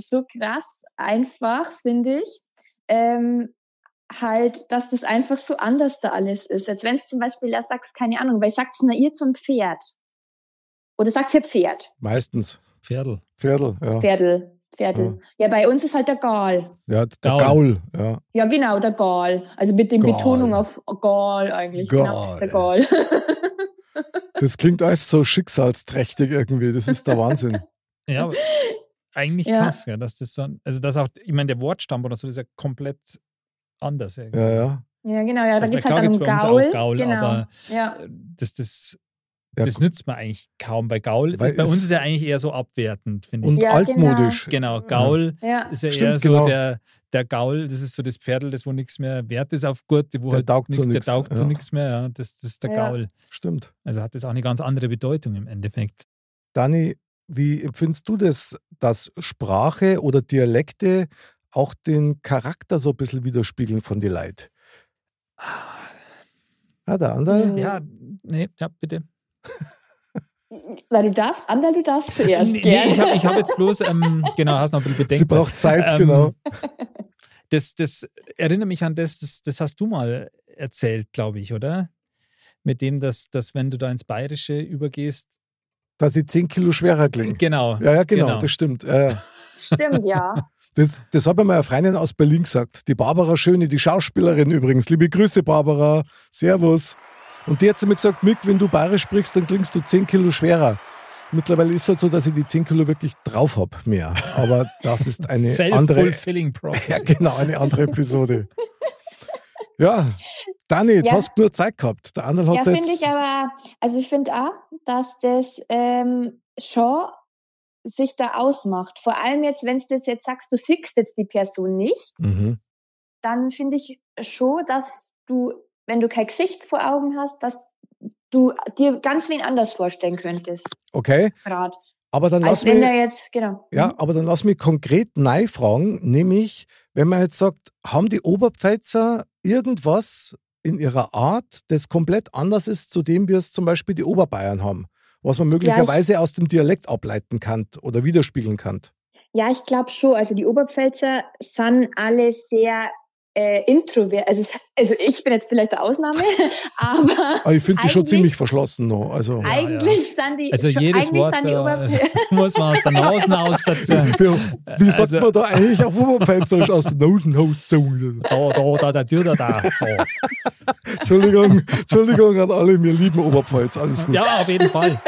S5: so krass einfach, finde ich. Ähm, halt, dass das einfach so anders da alles ist. Als wenn es zum Beispiel, da sagst keine Ahnung, weil sagst na ihr zum Pferd. Oder sagst ihr Pferd?
S3: Meistens.
S2: Pferdl.
S3: Pferdel, ja.
S5: Pferdel. Pferdel. Ja, bei uns ist halt der Gaul.
S3: ja der Gaul.
S2: Gaul.
S3: Ja.
S5: Ja, genau, der Gaul. Also mit dem
S3: Gaul.
S5: Betonung auf Gaul eigentlich. Genau, der Gaul.
S3: Das klingt alles so schicksalsträchtig irgendwie. Das ist der Wahnsinn.
S2: Ja, aber eigentlich
S5: Ja.
S2: krass, ja, dass das so, ein- also dass auch, ich meine, der Wortstamm oder so, das ist ja komplett anders. irgendwie.
S3: Ja, ja.
S5: ja, genau, ja, da
S2: Also,
S5: geht's
S2: klar
S5: halt dann um
S2: gibt's bei uns auch
S5: Gaul.
S2: Gaul,
S5: genau.
S2: aber-
S5: ja.
S2: Das, das,
S3: Ja,
S2: das nützt man eigentlich kaum, weil Gaul,
S3: Weil
S2: ist, bei
S3: es-
S2: uns ist ja eigentlich eher so abwertend, finde ich.
S3: Und
S5: Ja,
S3: altmodisch.
S2: Genau, Gaul
S5: ja.
S2: ist ja
S3: Stimmt,
S2: eher so
S3: genau.
S2: der, der Gaul, das ist so das Pferdel, das wo nichts mehr wert ist auf Gurt, wo
S3: Der
S2: halt
S3: taugt so
S2: nix-
S3: nix,
S2: der taugt
S3: ja.
S2: so nichts mehr, ja, das, das ist der
S5: Ja.
S2: Gaul.
S3: Stimmt.
S2: Also hat das auch eine ganz andere Bedeutung im Endeffekt.
S3: Dani, wie empfindest du das, dass Sprache oder Dialekte auch den Charakter so ein bisschen widerspiegeln von die Leid? Ah, der andere?
S5: Mhm.
S2: Ja, nee, ja, bitte.
S5: Weil du darfst, Ander, du darfst zuerst.
S2: nee,
S5: gell?
S2: nee, ich habe ich hab jetzt bloß, ähm, genau, hast noch ein bisschen
S3: Sie
S2: Bedenkzeit.
S3: braucht Zeit,
S2: Ähm,
S3: genau.
S2: Das, das erinnere mich an das, das, das hast du mal erzählt, glaube ich, oder? Mit dem, dass, dass wenn du da ins Bayerische übergehst,
S3: Dass sie 10 Kilo schwerer klingt.
S2: genau.
S3: Ja, ja, genau,
S2: Genau.
S3: das stimmt. Ja, ja.
S5: Stimmt, ja.
S3: Das, das hat mir meine Freundin aus Berlin gesagt. Die Barbara Schöne, die Schauspielerin übrigens. Liebe Grüße, Barbara. Servus. Und die hat zu mir gesagt, Mick, wenn du bayerisch sprichst, dann klingst du 10 Kilo schwerer. Mittlerweile ist es halt so, dass ich die 10 Kilo wirklich drauf hab mehr. Aber das ist eine andere,
S2: Self-fulfilling
S3: ja,
S2: Prophecy.
S3: genau, eine andere Episode. Ja, Dani, jetzt
S5: Ja.
S3: hast du nur Zeit gehabt. Der andere
S5: ja,
S3: hat
S5: finde
S3: jetzt...
S5: ich aber, also ich finde auch, dass das ähm, schon sich da ausmacht. Vor allem jetzt, wenn du das jetzt sagst, du sickst jetzt die Person nicht,
S3: mhm.
S5: dann finde ich schon, dass du, wenn du kein Gesicht vor Augen hast, dass du dir ganz wen anders vorstellen könntest.
S3: Okay,
S5: Gerade.
S3: aber dann lass
S5: Als Also wenn
S3: mich...
S5: er jetzt, genau.
S3: Ja, aber dann lass mich konkret neu fragen, nämlich, wenn man jetzt sagt, haben die Oberpfälzer irgendwas in ihrer Art, das komplett anders ist zu dem, wie es zum Beispiel die Oberbayern haben, was man möglicherweise aus dem Dialekt ableiten kann oder widerspiegeln kann?
S5: Ja, ich glaube schon. Also die Oberpfälzer sind alle sehr äh, introvert. Also, es- also ich bin jetzt vielleicht eine Ausnahme, aber
S3: Aber ich finde die schon
S5: Eigentlich-
S3: ziemlich verschlossen noch. Also,
S2: ja.
S5: eigentlich sind die,
S2: Also
S5: schon-
S2: jedes
S5: eigentlich
S2: Wort
S5: sind die Oberpfälzer.
S2: äh, muss man aus der Nase aussetzen.
S3: wie, wie sagt
S2: Also-
S3: man da eigentlich auf Oberpfälzerisch aus der Nosenhauszunge?
S2: Da, da, da, da, da, da, da.
S3: Entschuldigung, Entschuldigung an alle, wir lieben Oberpfalz, alles gut.
S2: Ja, auf jeden Fall.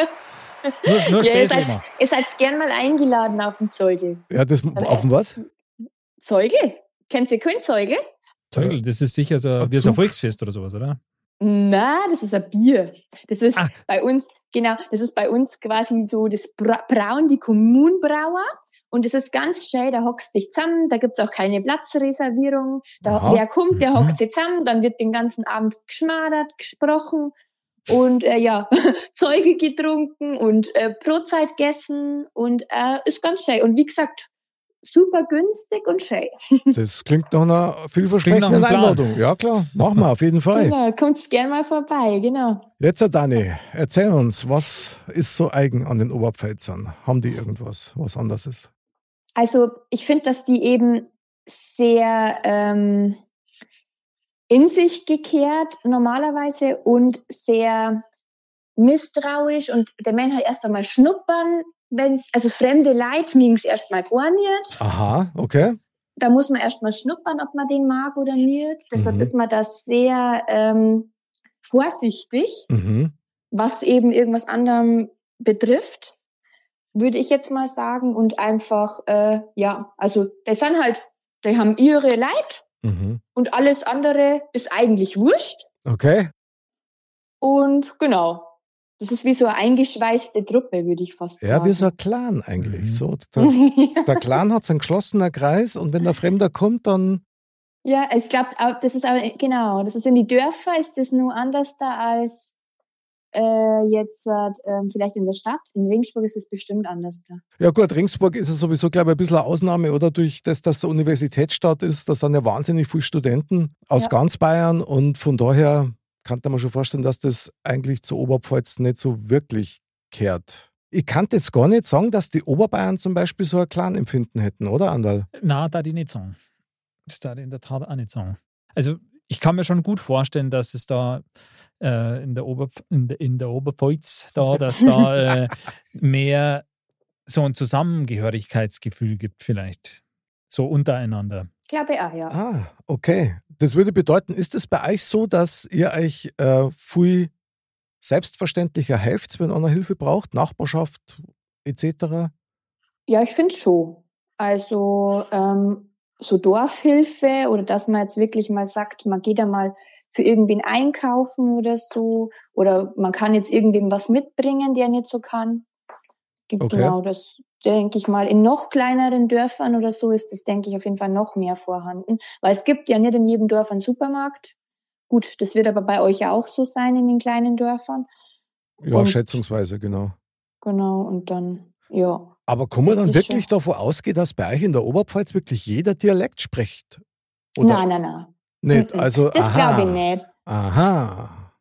S2: Nur, nur
S5: Ja, ihr
S2: Späßle
S5: seid,
S2: immer.
S5: ihr seid gern mal eingeladen auf den Zeugel.
S3: Ja, das auf dem was?
S5: Zeugel? Kennt ihr keinen Zeugel?
S2: Zeugl, das ist sicher so
S3: Ein
S2: wie so ein
S3: Zug.
S2: Volksfest oder sowas, oder?
S5: Na, das ist ein Bier. Das ist
S2: Ah.
S5: bei uns, genau, das ist bei uns quasi so das Bra Braun, die Kommunbrauer. Und es ist ganz schnell, da hockst dich zusammen, da gibt's auch keine Platzreservierung. Da,
S3: Aha.
S5: Wer kommt, der
S2: Mhm.
S5: hockt sich zusammen, dann wird den ganzen Abend geschmadert, gesprochen und äh, ja, Zeuge getrunken und äh, Brotzeit gegessen und äh, ist ganz schön. Und wie gesagt, super günstig und schön.
S3: Das klingt nach einer
S2: Klingt
S3: vielversprechenden
S2: nach einem Plan.
S3: Einladung. Ja, klar, machen wir auf jeden Fall.
S5: Genau, kommt's gern mal vorbei, genau.
S3: Jetzt, Dani, erzähl uns, was ist so eigen an den Oberpfälzern? Haben die irgendwas, was anders ist?
S5: Also ich finde, dass die eben sehr ähm, in sich gekehrt normalerweise und sehr misstrauisch und der Mann halt erst einmal schnuppern, wenn's, also fremde Leid ming's erst mal gar nicht.
S3: Aha, okay.
S5: da muss man erstmal schnuppern, ob man den mag oder nicht. Deshalb
S3: Mhm.
S5: ist man da sehr ähm, vorsichtig,
S3: Mhm.
S5: was eben irgendwas anderem betrifft, würde ich jetzt mal sagen. Und einfach, äh, ja, also das sind halt, die haben ihre Leid
S3: Mhm.
S5: und alles andere ist eigentlich wurscht.
S3: Okay.
S5: Und genau, das ist wie so eine eingeschweißte Truppe, würde ich fast
S3: Ja, halt
S5: sagen.
S3: wie so ein Clan eigentlich.
S2: Mhm.
S3: So, der, der Clan hat seinen geschlossenen Kreis und wenn der Fremder kommt, dann.
S5: Ja, ich glaube, das ist aber, genau, das ist in die Dörfer, ist das nur anders da als äh, jetzt äh, ähm, vielleicht in der Stadt. In Regensburg ist es bestimmt anders da.
S3: Ja gut, Ringsburg ist ja sowieso, glaube ich, ein bisschen eine Ausnahme, oder? Durch das, dass es eine Universitätsstadt ist, da sind ja wahnsinnig viele Studenten aus
S5: Ja.
S3: ganz Bayern und von daher kann man schon vorstellen, dass das eigentlich zur Oberpfalz nicht so wirklich kehrt. Ich kann jetzt gar nicht sagen, dass die Oberbayern zum Beispiel so ein Clan-Empfinden hätten, oder Andal?
S2: Na, da die nicht sagen. Das da in der Tat auch nicht sagen. Also ich kann mir schon gut vorstellen, dass es da äh, in, der Oberpf in, der, in der Oberpfalz da, dass da äh, mehr so ein Zusammengehörigkeitsgefühl gibt vielleicht. So untereinander.
S5: Glaube ich auch, ja.
S3: Ah, okay. Das würde bedeuten, ist es bei euch so, dass ihr euch äh, viel selbstverständlicher helft, wenn einer Hilfe braucht, Nachbarschaft etc.?
S5: Ja, ich finde schon. Also ähm, so Dorfhilfe oder dass man jetzt wirklich mal sagt, man geht da mal für irgendwen einkaufen oder so. Oder man kann jetzt irgendwem was mitbringen, der nicht so kann. Ge-
S3: Okay.
S5: Genau, das denke ich mal. In noch kleineren Dörfern oder so ist das, denke ich, auf jeden Fall noch mehr vorhanden. Weil es gibt ja nicht in jedem Dorf einen Supermarkt. Gut, das wird aber bei euch ja auch so sein in den kleinen Dörfern.
S3: Ja,
S5: Und-
S3: schätzungsweise, genau.
S5: Genau, und dann, ja.
S3: Aber kann man
S5: Das
S3: dann
S5: ist
S3: wirklich
S5: schon-
S3: davon ausgehen, dass bei euch in der Oberpfalz wirklich jeder Dialekt spricht? Oder
S5: Nein, nein, nein.
S3: nicht?
S5: Mhm.
S3: Also,
S5: Das
S3: aha,
S5: glaube ich nicht.
S3: Aha.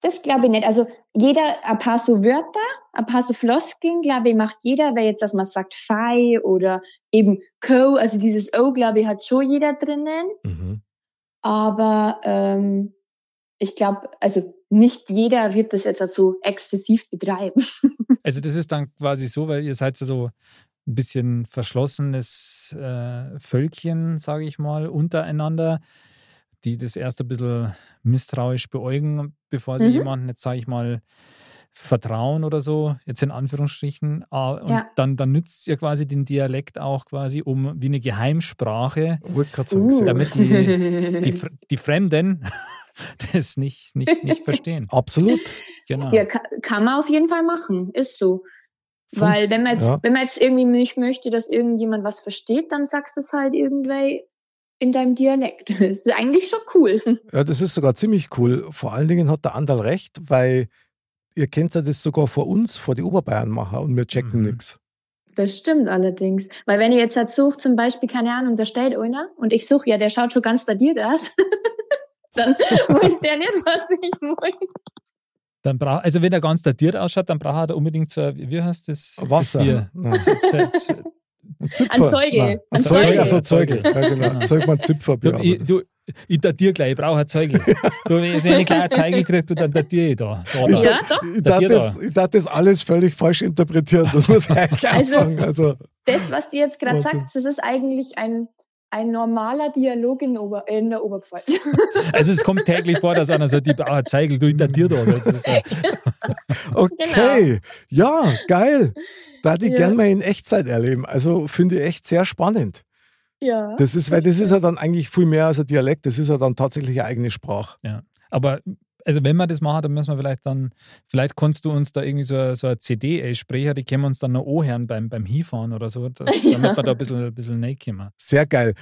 S5: Das glaube ich nicht. Also jeder ein paar so Wörter, ein paar so Floskeln, glaube ich, macht jeder. Wer jetzt, dass man sagt Fei oder eben Co, also dieses O, glaube ich, hat schon jeder drinnen.
S3: Mhm.
S5: Aber ähm, ich glaube, also nicht jeder wird das jetzt so exzessiv betreiben.
S2: Also das ist dann quasi so, weil ihr seid ja so ein bisschen verschlossenes äh, Völkchen, sage ich mal, untereinander, die das erst ein bisschen misstrauisch beäugen, bevor sie
S5: Mhm.
S2: jemanden jetzt, sage ich mal, vertrauen oder so, jetzt in Anführungsstrichen. Ah, Und
S5: Ja.
S2: dann, dann nützt ihr quasi den Dialekt auch quasi, um wie eine Geheimsprache,
S3: Wollte gerade sagen,
S5: Uh.
S3: sehr gut.
S2: damit die, die, Fr- die Fremden das nicht, nicht, nicht verstehen.
S3: Absolut.
S2: Genau.
S5: ja, kann, kann man auf jeden Fall machen, ist so.
S3: Fun-
S5: Weil wenn man jetzt,
S3: ja.
S5: wenn man jetzt irgendwie nicht möchte, dass irgendjemand was versteht, dann sagst du es halt irgendwie in deinem Dialekt. Das ist eigentlich schon cool.
S3: Ja, das ist sogar ziemlich cool. Vor allen Dingen hat der Andal recht, weil ihr kennt ja das sogar vor uns, vor die Oberbayern machen und wir checken
S2: Mhm.
S3: nichts.
S5: Das stimmt allerdings. Weil wenn ihr jetzt halt sucht, zum Beispiel, keine Ahnung, da steht einer und ich suche, ja, der schaut schon ganz dadiert aus. dann weiß der nicht, was ich will.
S2: Dann brauch, also wenn er ganz datiert ausschaut, dann braucht er unbedingt so, ein- wie heißt das? Das
S3: Wasser. ne?
S2: Bier.
S3: Nein.
S2: Z- z-
S3: Ein Zipfer.
S5: An Zeugel.
S3: Nein. Ein
S5: An
S3: Zeugel.
S5: Zeugel.
S3: Also Zeugel. Ja, genau.
S2: Genau.
S3: Zeug mal ein Zipferbier.
S2: Du,
S3: aber
S2: ich,
S3: das-
S2: du, ich datiere gleich, ich brauche ein Zeugel. Du, wenn ich so eine kleine Zeugel kriege, du, dann datiere ich da. da, da.
S5: Ja, doch.
S3: Ich darf,
S2: Datiert
S3: das, ich darf das alles völlig falsch interpretieren, das muss ich eigentlich auch
S5: Also-
S3: sagen. Also,
S5: Das, was ihr jetzt gerade
S3: Wahnsinn.
S5: sagt, das ist eigentlich ein, ein normaler Dialog in, Ober in der Oberpfalz.
S2: Also es kommt täglich vor, dass einer sagt, ich brauche ein Zeugel, du, ich datiere da. Das ist äh, ein,
S3: okay, ja, geil. Da die
S5: Genau. Ja.
S3: gern mal in Echtzeit erleben. Also finde ich echt sehr spannend.
S5: ja.
S3: Das ist, weil das ist ja dann eigentlich viel mehr als ein Dialekt, das ist ja dann tatsächlich eine eigene Sprache.
S2: aber also wenn wir das machen, dann müssen wir vielleicht dann, vielleicht kannst du uns da irgendwie so eine, so eine CD-Sprecher, die können wir uns dann noch anhören beim, beim Hinfahren oder so, dass,
S5: Ja.
S2: damit wir da ein bisschen, ein bisschen reinkommen.
S3: Sehr geil.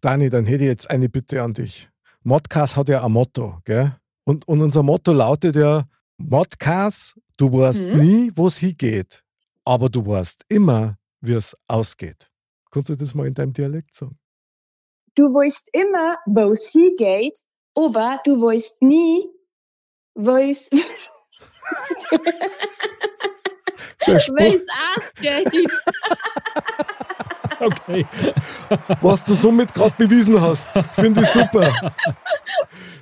S3: Dani, dann hätte ich jetzt eine Bitte an dich. Modcast hat ja ein Motto, gell? Und, und unser Motto lautet ja: Modcast, du weißt
S5: Mhm.
S3: nie, wo es hingeht, aber du weißt immer, wie es ausgeht. Kannst du das mal in deinem Dialekt sagen?
S5: Du weißt immer, wo es hingeht, aber du weißt nie, wo es,
S3: Der
S5: wo
S3: Spruch,
S5: es ausgeht.
S2: Okay.
S3: was du somit gerade bewiesen hast, finde ich super.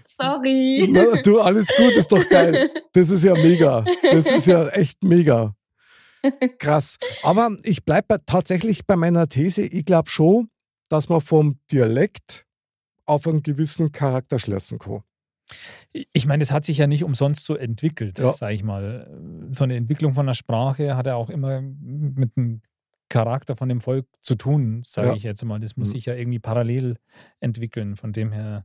S5: Sorry.
S3: Na, du, alles gut, ist doch geil. Das ist ja mega. Das ist ja echt mega. Krass. Aber ich bleibe tatsächlich bei meiner These. Ich glaube schon, dass man vom Dialekt auf einen gewissen Charakter schließen kann.
S2: Ich meine, es hat sich ja nicht umsonst so entwickelt,
S3: Ja.
S2: sage ich mal. So eine Entwicklung von der Sprache hat ja auch immer mit dem Charakter von dem Volk zu tun, sage
S3: Ja.
S2: ich jetzt mal. Das muss
S3: Mhm.
S2: sich ja irgendwie parallel entwickeln. Von dem her,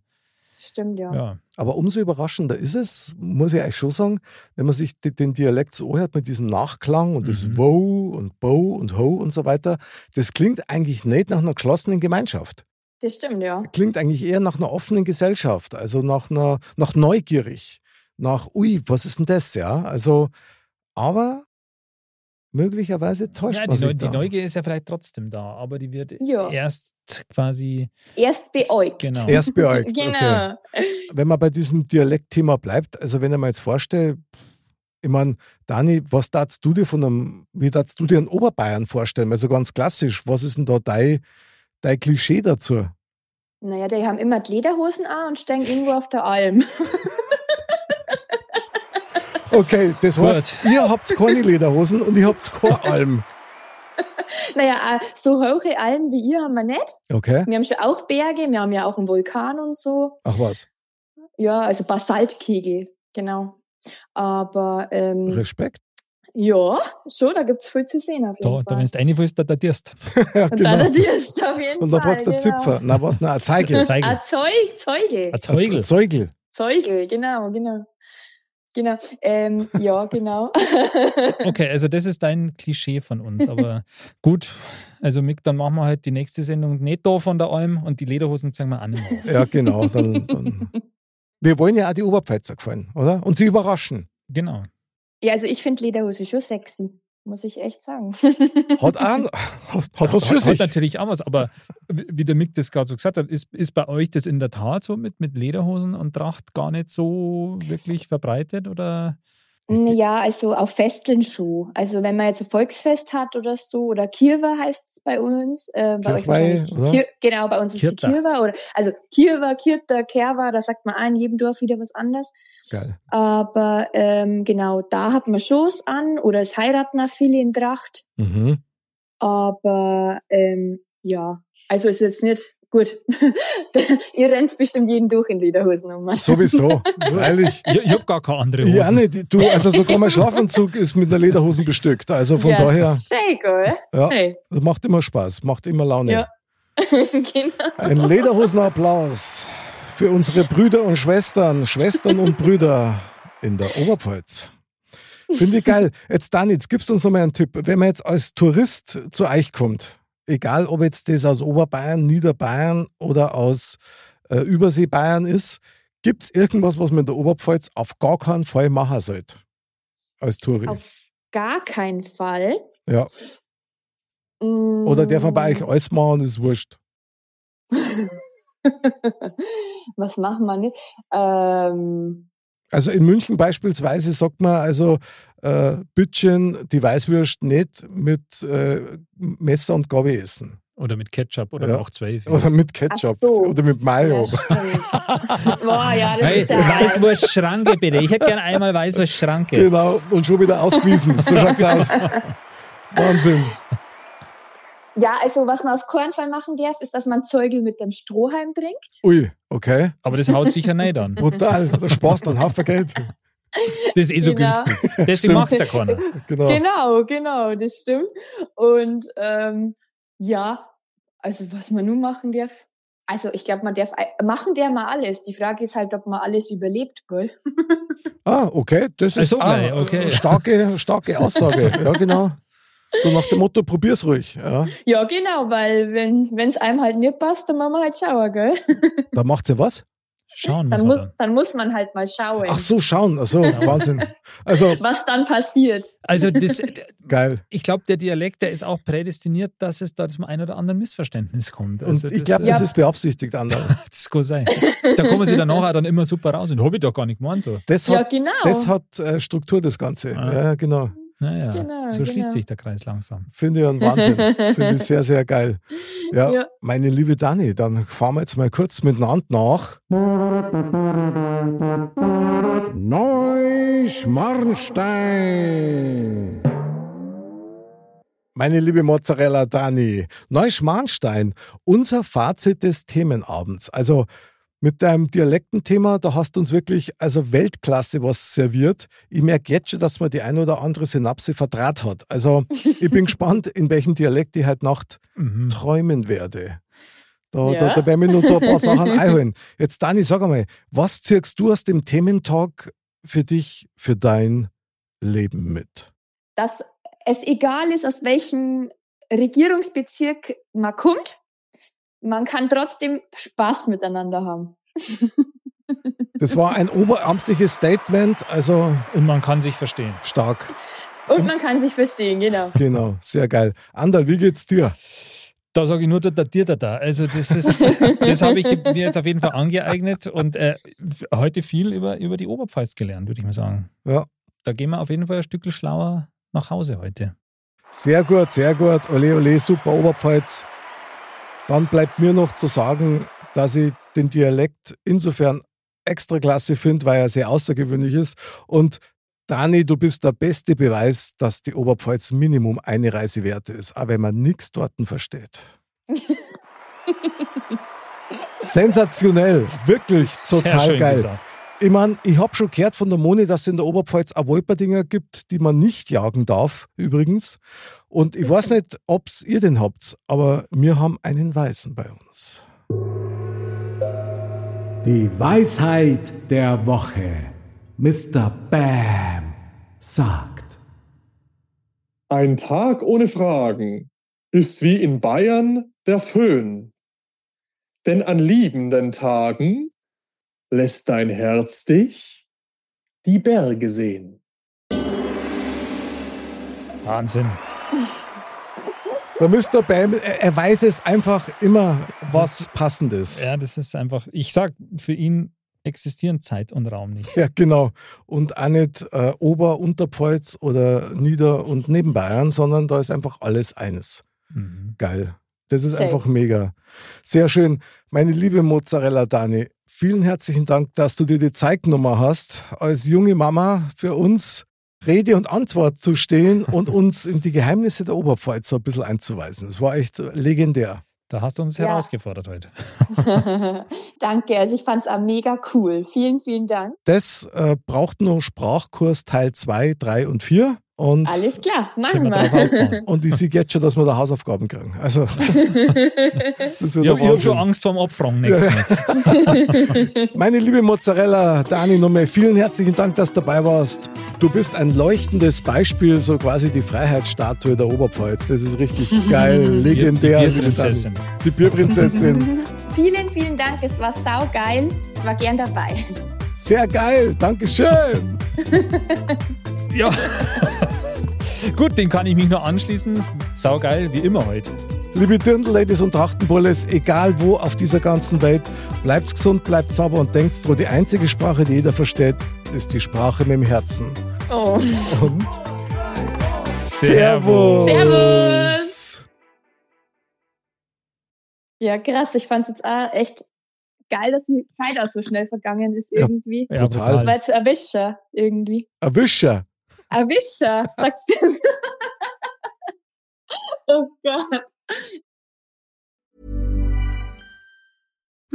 S5: Stimmt, ja.
S2: ja.
S3: Aber umso überraschender ist es, muss ich euch schon sagen, wenn man sich de- den Dialekt so anhört mit diesem Nachklang und das
S2: Mhm.
S3: Wow und Bo und Ho und so weiter, das klingt eigentlich nicht nach einer geschlossenen Gemeinschaft.
S5: Das stimmt, ja.
S3: klingt eigentlich eher nach einer offenen Gesellschaft, also nach, einer, nach neugierig, nach, ui, was ist denn das, ja? Also, aber möglicherweise täuscht
S2: ja
S3: man
S2: die,
S3: sich
S2: Neu
S3: da.
S2: die Neugier ist ja vielleicht trotzdem da, aber die wird
S5: Ja.
S2: erst quasi.
S5: Erst beäugt.
S2: Genau.
S3: Erst beäugt. Okay.
S5: Genau.
S3: Wenn man bei diesem Dialektthema bleibt, also wenn ich mir jetzt vorstelle, ich meine, Dani, was darfst du dir von einem, wie darfst du dir einen Oberbayern vorstellen? Also ganz klassisch, was ist denn da dein, dein Klischee dazu?
S5: Naja, die haben immer die Lederhosen an und stehen irgendwo auf der Alm.
S3: Okay, das heißt, ihr habt keine Lederhosen und ich habt keine Alm.
S5: Naja, äh, so hohe Almen wie ihr haben wir nicht.
S3: Okay,
S5: Wir haben schon auch Berge, wir haben ja auch einen Vulkan und so.
S3: ach was,
S5: Ja, also Basaltkegel, genau. Aber
S3: Hm.
S5: ähm,
S3: Respekt.
S5: ja, schon, da gibt's viel zu sehen auf
S2: Da,
S5: jeden
S2: da
S5: Fall.
S2: wenn du eine willst, da datierst.
S3: Ja, genau.
S5: und da dir ist auf jeden
S3: Und dann
S5: Fall.
S3: brauchst du einen
S5: genau.
S3: Zipfer. Na was, na, ein Zeigel.
S5: Ah,
S2: Zeigel.
S5: Zeug, Zeuge.
S2: Ein Zeugel.
S3: Ein Zeugel.
S5: Zeugel, genau, genau. Genau. Ähm, ja, genau.
S2: Okay, also das ist dein Klischee von uns, aber gut. Also Mick, dann machen wir halt die nächste Sendung nicht da von der Alm und die Lederhosen zeigen wir an.
S3: Ja, genau. Dann, dann. Wir wollen ja auch die Oberpfeizer gefallen, oder? Und sie überraschen.
S2: Genau.
S5: ja, also ich finde Lederhose schon sexy, muss ich echt sagen.
S3: Hat, an, hat, hat was für
S2: Hat- Hat
S3: sich.
S2: natürlich auch was, aber wie wie der Mick das gerade so gesagt hat, ist, ist bei euch das in der Tat so mit, mit Lederhosen und Tracht gar nicht so wirklich verbreitet oder?
S5: Ja, also auf Festeln schon. Also wenn man jetzt ein Volksfest hat oder so, oder Kirwa heißt es bei uns. Äh, bei euch
S3: Kirchweih,
S5: wahrscheinlich
S3: oder?
S5: Kir genau, bei uns ist die
S2: Kirta.
S5: Kirwa. Oder, also Kirwa, Kirta, Kerwa, da sagt man auch in jedem Dorf wieder was anderes.
S3: Geil.
S5: Aber ähm, genau, da hat man Schoß an oder es heiraten auch viele in Tracht.
S3: Mhm.
S5: Aber ähm, ja, also ist jetzt nicht gut. Ihr rennt bestimmt jeden durch in Lederhosen um.
S3: Also Sowieso. Freilich.
S2: Ich, ich habe gar keine andere Hose.
S3: Ja, nee, die- du, also sogar mein Schlafanzug ist mit einer Lederhosen bestückt. Also von
S5: ja,
S3: daher,
S5: das ist Schön, gell?
S3: Ja.
S5: Schön.
S3: das macht immer Spaß, macht immer Laune.
S5: Ja. genau.
S3: Ein Lederhosenapplaus für unsere Brüder und Schwestern, Schwestern und Brüder in der Oberpfalz. Finde ich geil. Jetzt Dani, jetzt gibst du uns nochmal einen Tipp. Wenn man jetzt als Tourist zu euch kommt, egal ob jetzt das aus Oberbayern, Niederbayern oder aus äh, Überseebayern ist, gibt es irgendwas, was man in der Oberpfalz auf gar keinen Fall machen sollte? Als Touri.
S5: Auf gar keinen Fall.
S3: Ja.
S5: Mm.
S3: Oder darf man bei euch alles machen, ist wurscht.
S5: Was machen wir nicht? Ähm,
S3: Also in München beispielsweise sagt man also äh, Bütchen, die Weißwürst nicht mit äh, Messer und Gabel essen.
S2: Oder mit Ketchup oder
S3: Ja.
S2: auch zwölf.
S3: Oder mit Ketchup
S5: Ach so.
S3: oder mit
S5: ja,
S3: Mayo.
S5: stimmt. Boah, ja, das
S2: Hey,
S5: ist ja.
S2: Weißwurst-Schranke bitte. Ich hätte gerne einmal Weißwurst-Schranke.
S3: Genau, und schon wieder ausgewiesen. So schaut's aus. Wahnsinn.
S5: Ja, also was man auf keinen Fall machen darf, ist, dass man Zeugel mit dem Strohhalm trinkt.
S3: Ui, okay.
S2: Aber das haut sicher nicht an.
S3: Brutal. Da sparst du einen Haufen Geld.
S2: Das ist eh so
S5: Genau.
S2: günstig. Deswegen macht es ja keiner.
S3: Genau.
S5: Genau, genau, das stimmt. Und ähm, ja, also was man nun machen darf, Also ich glaube, man darf ei- machen der mal alles. Die Frage ist halt, ob man alles überlebt, gell?
S3: Ah, okay, das
S2: Ach
S3: ist
S2: so,
S3: ah,
S2: gleich, Also, okay.
S3: starke, starke Aussage. ja, genau. So nach dem Motto, probier's ruhig. Ja.
S5: Ja, genau, weil wenn wenn's einem halt nicht passt, dann machen wir halt schauen, gell?
S3: Da macht sie was?
S2: Schauen muss man
S5: Dann muss,
S2: dann.
S5: dann muss man halt mal schauen,
S3: Ach so, schauen. Ach so, Wahnsinn. Also,
S5: was dann passiert.
S2: Also das,
S3: geil.
S2: ich glaube, der Dialekt, der ist auch prädestiniert, dass es da zum einen oder anderen Missverständnis kommt.
S3: Und
S2: Also
S3: ich glaube,
S2: äh,
S3: das ist beabsichtigt, Ander.
S2: das kann sein. Da kommen sie danach auch dann immer super raus. Und habe ich doch gar nicht gemeint so.
S3: Das
S5: Ja,
S3: hat,
S5: genau.
S3: das hat äh, Struktur, das Ganze.
S2: Ah.
S3: Ja, genau.
S2: Naja,
S5: Genau,
S2: so schließt
S5: genau.
S2: sich der Kreis langsam.
S3: Finde ich einen Wahnsinn. Finde ich sehr, sehr geil. Ja,
S5: Ja.
S3: meine liebe Dani, dann fahren wir jetzt mal kurz miteinander nach.
S6: Neuschmarnstein.
S3: Meine liebe Mozzarella Dani, Neuschmarnstein, unser Fazit des Themenabends. Also mit deinem Dialektenthema, da hast du uns wirklich also Weltklasse was serviert. Ich merke jetzt schon, dass man die ein oder andere Synapse verdraht hat. Also ich bin gespannt, in welchem Dialekt ich heute Nacht
S2: Mhm.
S3: träumen werde. Da, da,
S5: Ja.
S3: da werden wir nur so ein paar Sachen einholen. Jetzt, Dani, sag einmal, was ziehst du aus dem Thementalk für dich, für dein Leben mit?
S5: dass es egal ist, aus welchem Regierungsbezirk man kommt, man kann trotzdem Spaß miteinander haben.
S3: Das war ein oberamtliches Statement, also
S2: Und man kann sich verstehen.
S3: stark.
S5: Und man kann sich verstehen, genau.
S3: Genau, sehr geil. Ander, wie geht's dir?
S2: Da sage ich nur, da, da, dir, da, da. Also, das ist, das habe ich mir jetzt auf jeden Fall angeeignet und äh, f- heute viel über, über die Oberpfalz gelernt, würde ich mal sagen.
S3: Ja.
S2: Da gehen wir auf jeden Fall ein Stück schlauer nach Hause heute.
S3: Sehr gut, sehr gut. Ole, ole, super Oberpfalz. Dann bleibt mir noch zu sagen, dass ich den Dialekt insofern extra klasse finde, weil er sehr außergewöhnlich ist. Und Dani, du bist der beste Beweis, dass die Oberpfalz Minimum eine Reise wert ist, auch wenn man nichts dort versteht. Sensationell, wirklich
S2: Sehr
S3: total
S2: schön
S3: geil.
S2: Gesagt.
S3: Ich meine, ich habe schon gehört von der Moni, dass es in der Oberpfalz auch Wolperdinger gibt, die man nicht jagen darf, übrigens. Und ich weiß nicht, ob ihr den habt, aber wir haben einen Weißen bei uns.
S6: Die Weisheit der Woche. Mr. Bam sagt.
S7: Ein Tag ohne Fragen ist wie in Bayern der Föhn. Denn an liebenden Tagen lässt dein Herz dich die Berge sehen.
S2: Wahnsinn.
S3: Der Mr. Bam, er, er weiß es einfach immer, was passend ist.
S2: Ja, das ist einfach, ich sag, für ihn existieren Zeit und Raum nicht.
S3: Ja, genau. Und auch nicht äh, Ober-, Unterpfalz oder Nieder- und Nebenbayern, sondern da ist einfach alles eines.
S2: Mhm.
S3: Geil. Das ist
S5: Schön.
S3: einfach mega. Sehr schön. Meine liebe Mozzarella Dani, vielen herzlichen Dank, dass du dir die Zeit genommen hast, als junge Mama für uns Rede und Antwort zu stehen und uns in die Geheimnisse der Oberpfalz so ein bisschen einzuweisen. Es war echt legendär.
S2: Da hast du uns
S5: Ja.
S2: herausgefordert heute.
S5: Danke, also ich fand's auch mega cool. Vielen, vielen Dank.
S3: Das äh, braucht nur Sprachkurs Teil 2, 3 und 4. Und,
S5: Alles klar, machen
S2: Können wir drauf
S5: wir.
S2: aufbauen.
S3: und ich sehe jetzt schon, dass wir da Hausaufgaben kriegen. Also, das wird
S2: Ich
S3: der
S2: habe hab
S3: Wahnsinn.
S2: schon Angst vorm Opfrong nächstes Mal.
S3: Meine liebe Mozzarella, Dani Numme, vielen herzlichen Dank, dass du dabei warst. Du bist ein leuchtendes Beispiel, so quasi die Freiheitsstatue der Oberpfalz. Das ist richtig geil, legendär.
S2: Die
S3: liebe Dani.
S2: Bierprinzessin.
S3: Die Bierprinzessin.
S5: vielen, vielen Dank. Es war saugeil. Ich war gern dabei.
S3: Sehr geil, Dankeschön.
S2: Ja. Gut, den kann ich mich nur anschließen. Saugeil, wie immer heute.
S3: Liebe Dirndl-Ladies und Trachtenbulles, egal wo auf dieser ganzen Welt, bleibt gesund, bleibt sauber und denkt dran, die einzige Sprache, die jeder versteht, ist die Sprache mit dem Herzen.
S5: Oh.
S3: Und Servus.
S5: Servus. Ja, krass. Ich fand's jetzt auch echt geil, dass die Zeit auch so schnell vergangen ist
S3: Ja.
S5: irgendwie.
S2: Ja,
S3: Total.
S5: Das war jetzt erwischer irgendwie.
S3: Erwischer.
S5: Erwischer, sagst du das? oh Gott.